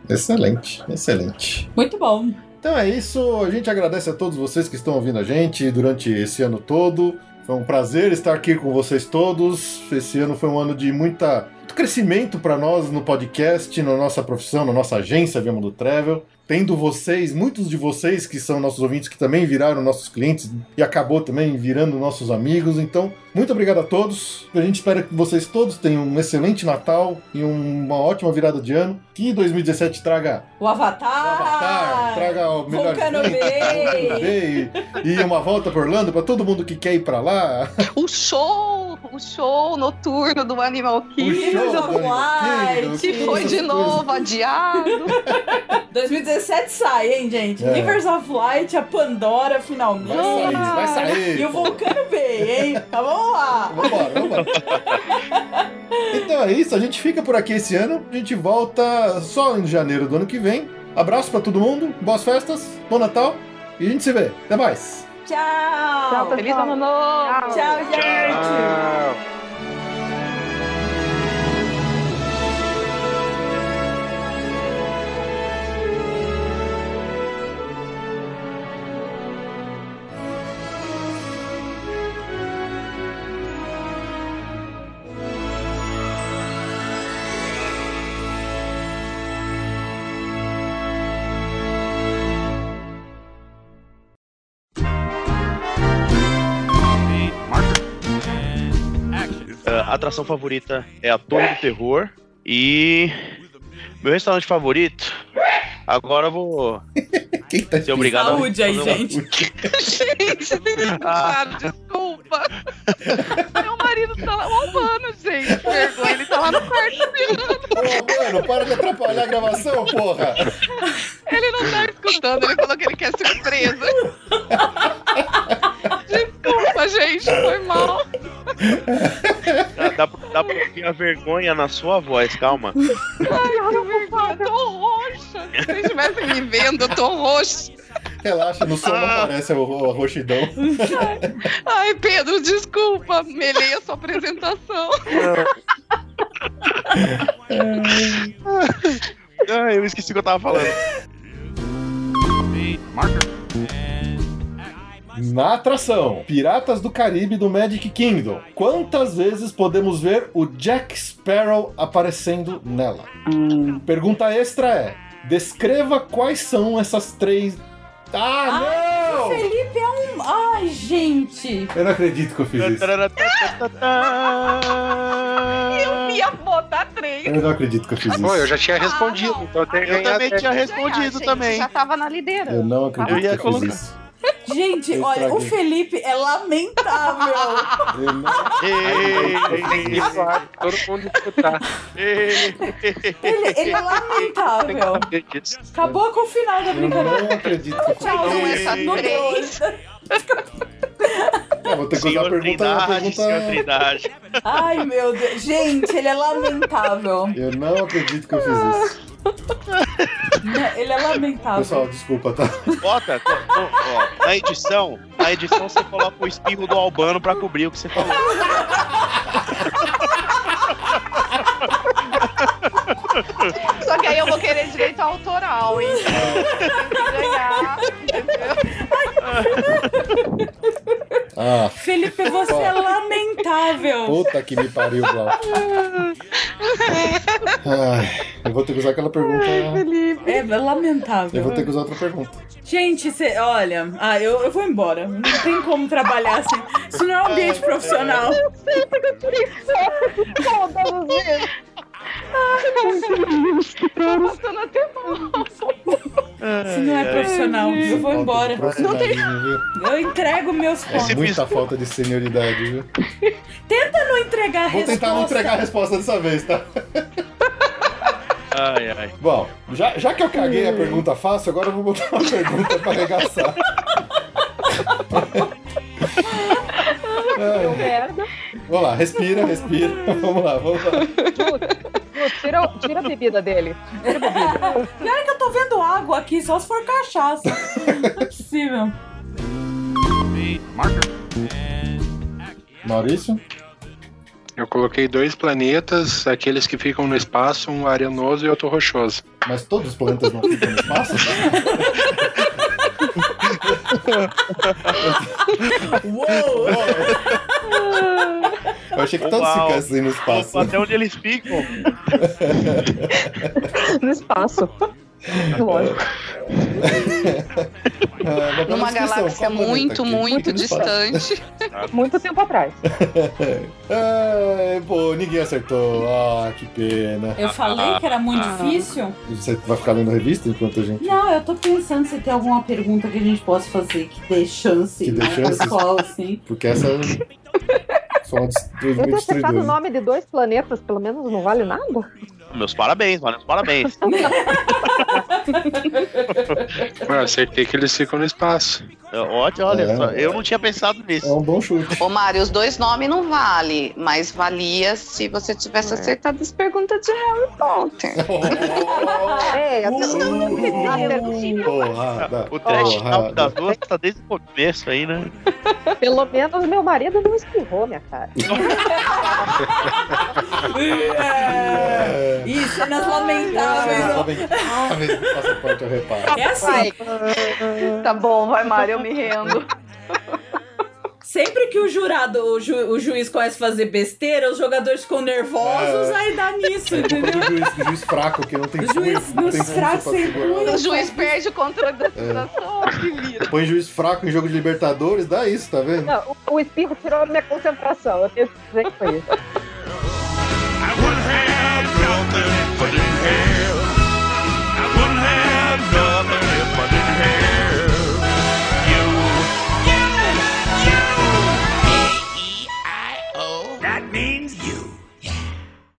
[SPEAKER 1] Excelente, excelente.
[SPEAKER 2] Muito bom.
[SPEAKER 1] Então é isso, a gente agradece a todos vocês que estão ouvindo a gente durante esse ano todo. Foi um prazer estar aqui com vocês todos. Esse ano foi um ano de muita, muito crescimento para nós no podcast, na nossa profissão, na nossa agência Via Mundo Travel. Tendo vocês, muitos de vocês que são nossos ouvintes, que também viraram nossos clientes e acabou também virando nossos amigos. Então, muito obrigado a todos. A gente espera que vocês todos tenham um excelente Natal e uma ótima virada de ano. Que 2017 traga
[SPEAKER 2] O Avatar.
[SPEAKER 1] Avatar, traga o melhor
[SPEAKER 2] Vulcano
[SPEAKER 1] drink,
[SPEAKER 2] Bay.
[SPEAKER 1] Vulcano Bay, e uma volta por Orlando para todo mundo que quer ir para lá.
[SPEAKER 3] O show, o show noturno do Animal Kingdom.
[SPEAKER 1] show do
[SPEAKER 2] of
[SPEAKER 1] Animal Kingdom,
[SPEAKER 2] Light.
[SPEAKER 3] Que foi de
[SPEAKER 1] Essas coisas.
[SPEAKER 3] novo adiado.
[SPEAKER 2] 2017 sai, hein, gente?
[SPEAKER 1] É.
[SPEAKER 2] Rivers of Light, a Pandora, finalmente.
[SPEAKER 1] Vai sair, vai sair.
[SPEAKER 2] E o Vulcano Bay, hein? Tá, vamos lá.
[SPEAKER 1] Vambora, vambora. Então é isso, a gente fica por aqui esse ano. A gente volta só em janeiro do ano que vem. Abraço para todo mundo, boas festas, bom Natal e a gente se vê. Até mais.
[SPEAKER 2] Tchau.
[SPEAKER 4] Tchau,
[SPEAKER 2] Tchau,
[SPEAKER 4] Feliz ano novo!
[SPEAKER 2] gente.
[SPEAKER 6] Tchau.
[SPEAKER 5] Ah, atração favorita é a Torre do Terror. E. Meu restaurante favorito. Agora eu vou
[SPEAKER 1] Quem tá
[SPEAKER 5] ser obrigado a
[SPEAKER 2] Saúde aí,
[SPEAKER 5] fazer uma-
[SPEAKER 2] gente.
[SPEAKER 3] gente, vocês não
[SPEAKER 5] Ah.
[SPEAKER 3] sabem, desculpa. Opa! Meu marido tá lá, o Albano, gente, que vergonha, ele tá lá no quarto dele.
[SPEAKER 1] Ô, mano, para de atrapalhar a gravação, porra!
[SPEAKER 3] Ele não tá escutando, ele falou que ele quer surpresa. Desculpa, gente, foi mal.
[SPEAKER 5] Dá, dá pra- dá pra ouvir a vergonha na sua voz, calma.
[SPEAKER 3] Ai, que vergonha, tô roxa. Se vocês estivessem me vendo, eu tô roxa.
[SPEAKER 1] Relaxa, no som não aparece a ro- a roxidão.
[SPEAKER 3] Ai, Pedro, desculpa, melei a sua apresentação.
[SPEAKER 5] Ah, eu esqueci o que eu tava falando.
[SPEAKER 1] Na atração, Piratas do Caribe do Magic Kingdom. Quantas vezes podemos ver o Jack Sparrow aparecendo nela?
[SPEAKER 5] Hum.
[SPEAKER 1] Pergunta extra é: descreva quais são essas três. Ah, não!
[SPEAKER 2] Felipe é um. Ai, gente!
[SPEAKER 1] Eu não acredito que eu fiz isso.
[SPEAKER 8] Eu ia botar tá três.
[SPEAKER 1] Eu não acredito que eu fiz isso.
[SPEAKER 6] Pô, eu já tinha
[SPEAKER 3] Ah,
[SPEAKER 6] respondido,
[SPEAKER 3] não.
[SPEAKER 6] então eu tenho que
[SPEAKER 5] Eu
[SPEAKER 6] ganhar
[SPEAKER 5] também
[SPEAKER 6] até-
[SPEAKER 5] tinha
[SPEAKER 3] Ganhar,
[SPEAKER 5] respondido
[SPEAKER 3] gente,
[SPEAKER 5] também.
[SPEAKER 3] Já tava na liderança.
[SPEAKER 1] Eu não acredito
[SPEAKER 5] Eu ia
[SPEAKER 1] que eu
[SPEAKER 5] colocar.
[SPEAKER 1] fiz isso.
[SPEAKER 2] Gente,
[SPEAKER 1] Eu
[SPEAKER 2] olha, o
[SPEAKER 1] estraguei.
[SPEAKER 2] Felipe é lamentável.
[SPEAKER 1] Eu não...
[SPEAKER 5] Ei,
[SPEAKER 6] Isso, ah, Todo mundo tá escutar.
[SPEAKER 5] ei,
[SPEAKER 2] Ele, ele é
[SPEAKER 6] Tem que
[SPEAKER 2] lamentável.
[SPEAKER 6] saber disso.
[SPEAKER 2] Acabou com o final da
[SPEAKER 1] Eu
[SPEAKER 2] brincadeira.
[SPEAKER 1] não é acredito que eu fiz
[SPEAKER 2] Tchau,
[SPEAKER 5] Não,
[SPEAKER 2] gente.
[SPEAKER 5] essa
[SPEAKER 2] Não é deu.
[SPEAKER 1] isso. Eu Vou ter que usar a
[SPEAKER 5] Senhor
[SPEAKER 1] pergunta. a
[SPEAKER 5] Trindade, senhor
[SPEAKER 1] pergunta...
[SPEAKER 5] Trindade.
[SPEAKER 2] Ai, meu Deus. Gente, ele é lamentável.
[SPEAKER 1] Eu não acredito que eu fiz isso.
[SPEAKER 2] Né, Ele é
[SPEAKER 5] Ah,
[SPEAKER 2] lamentável.
[SPEAKER 1] Pessoal, desculpa, tá?
[SPEAKER 5] Bota, co- co- ó, na edição, na edição você coloca o espirro do Albano pra cobrir o que você falou.
[SPEAKER 8] Só que aí eu vou querer direito autoral, hein? Ganhar.
[SPEAKER 1] Ah,
[SPEAKER 2] Felipe, você é lamentável.
[SPEAKER 1] Puta que me pariu, Blau. Ai, eu vou ter que usar aquela pergunta.
[SPEAKER 2] É lamentável.
[SPEAKER 1] Eu vou ter que usar outra pergunta.
[SPEAKER 2] Gente, cê, olha, ah, eu, eu vou embora. Não tem como trabalhar assim. Isso não é um ambiente profissional. Isso não é profissional. Eu vou
[SPEAKER 1] Falta
[SPEAKER 2] embora.
[SPEAKER 1] de profissionalismo, viu?
[SPEAKER 2] Eu entrego meus
[SPEAKER 1] É
[SPEAKER 2] pontos.
[SPEAKER 1] muita falta de senioridade, viu?
[SPEAKER 2] Tenta não entregar a
[SPEAKER 1] Vou tentar não
[SPEAKER 2] resposta.
[SPEAKER 1] entregar a resposta dessa vez, tá?
[SPEAKER 5] Ai, ai.
[SPEAKER 1] Bom, já, já que eu caguei a pergunta fácil, agora eu vou botar uma pergunta pra arregaçar.
[SPEAKER 9] Deu
[SPEAKER 1] Ai,
[SPEAKER 9] merda.
[SPEAKER 1] Vamos lá, respira, respira. Vamos lá, vamos lá.
[SPEAKER 9] Ju, tira, o- tira a bebida dele.
[SPEAKER 2] Pior é que eu tô vendo água aqui, só se for cachaça. Não é possível.
[SPEAKER 1] Maurício?
[SPEAKER 6] Eu coloquei dois planetas, aqueles que ficam no espaço, um arenoso e outro rochoso.
[SPEAKER 1] Mas todos os planetas não ficam no espaço?
[SPEAKER 2] Uou!
[SPEAKER 1] Eu achei que todos
[SPEAKER 5] Uau.
[SPEAKER 1] ficassem no espaço.
[SPEAKER 5] Opa, um- até onde eles ficam?
[SPEAKER 9] No espaço. Lógico.
[SPEAKER 1] Ah, mas pela
[SPEAKER 3] Numa
[SPEAKER 1] descrição,
[SPEAKER 3] galáxia
[SPEAKER 1] qual planeta
[SPEAKER 3] muito,
[SPEAKER 1] que-
[SPEAKER 3] muito
[SPEAKER 1] que no espaço?
[SPEAKER 3] distante.
[SPEAKER 9] Muito tempo atrás.
[SPEAKER 1] É, pô, ninguém acertou. Ah, que pena.
[SPEAKER 2] Eu falei que era muito difícil?
[SPEAKER 1] Você vai ficar lendo revista enquanto a gente.
[SPEAKER 2] Não, eu tô pensando se tem alguma pergunta que a gente possa fazer que dê chance,
[SPEAKER 1] Que dê
[SPEAKER 2] né,
[SPEAKER 1] chance?
[SPEAKER 2] pessoal, assim.
[SPEAKER 1] Porque essa. Só uma destruidora.
[SPEAKER 9] Eu ter acertado o nome de dois planetas, pelo menos não vale nada?
[SPEAKER 5] Meus parabéns, mano, meus parabéns.
[SPEAKER 6] Eu acertei que eles ficam no espaço.
[SPEAKER 5] Olha, olha
[SPEAKER 1] É.
[SPEAKER 5] só, eu não tinha pensado
[SPEAKER 1] É
[SPEAKER 5] nisso.
[SPEAKER 1] um bom chute.
[SPEAKER 3] Ô, Mário, os dois nomes não vale, mas valia se você tivesse
[SPEAKER 8] é.
[SPEAKER 3] acertado as perguntas de Harry Potter.
[SPEAKER 9] É, até...
[SPEAKER 1] Porrada.
[SPEAKER 5] O trash
[SPEAKER 1] Porrada.
[SPEAKER 5] talk das duas tá desde o começo aí, né?
[SPEAKER 9] pelo menos meu marido não espirrou minha cara.
[SPEAKER 2] É.
[SPEAKER 1] É.
[SPEAKER 2] Ih, cenas Tá
[SPEAKER 1] Ah,
[SPEAKER 2] lamentáveis.
[SPEAKER 1] jovem. Ah, mesmo que passaporte eu reparo.
[SPEAKER 2] É assim,
[SPEAKER 8] Tá bom, vai, Mário, eu me rendo.
[SPEAKER 2] sempre que o jurado, o, ju- o juiz começa a fazer besteira, os jogadores ficam nervosos,
[SPEAKER 1] É.
[SPEAKER 2] aí dá nisso,
[SPEAKER 1] É culpa
[SPEAKER 2] entendeu?
[SPEAKER 1] do juiz, do juiz fraco que não tem
[SPEAKER 2] O juiz
[SPEAKER 1] punho,
[SPEAKER 2] nos
[SPEAKER 1] tem punho
[SPEAKER 2] fracos é
[SPEAKER 1] pra
[SPEAKER 2] sem
[SPEAKER 1] segurar.
[SPEAKER 2] punho.
[SPEAKER 8] O juiz perde o controle da situação. que vira.
[SPEAKER 1] Põe juiz fraco em jogo de Libertadores, dá isso, tá vendo?
[SPEAKER 9] Não, o- o espirro tirou minha concentração. Eu tenho que dizer que foi isso. means you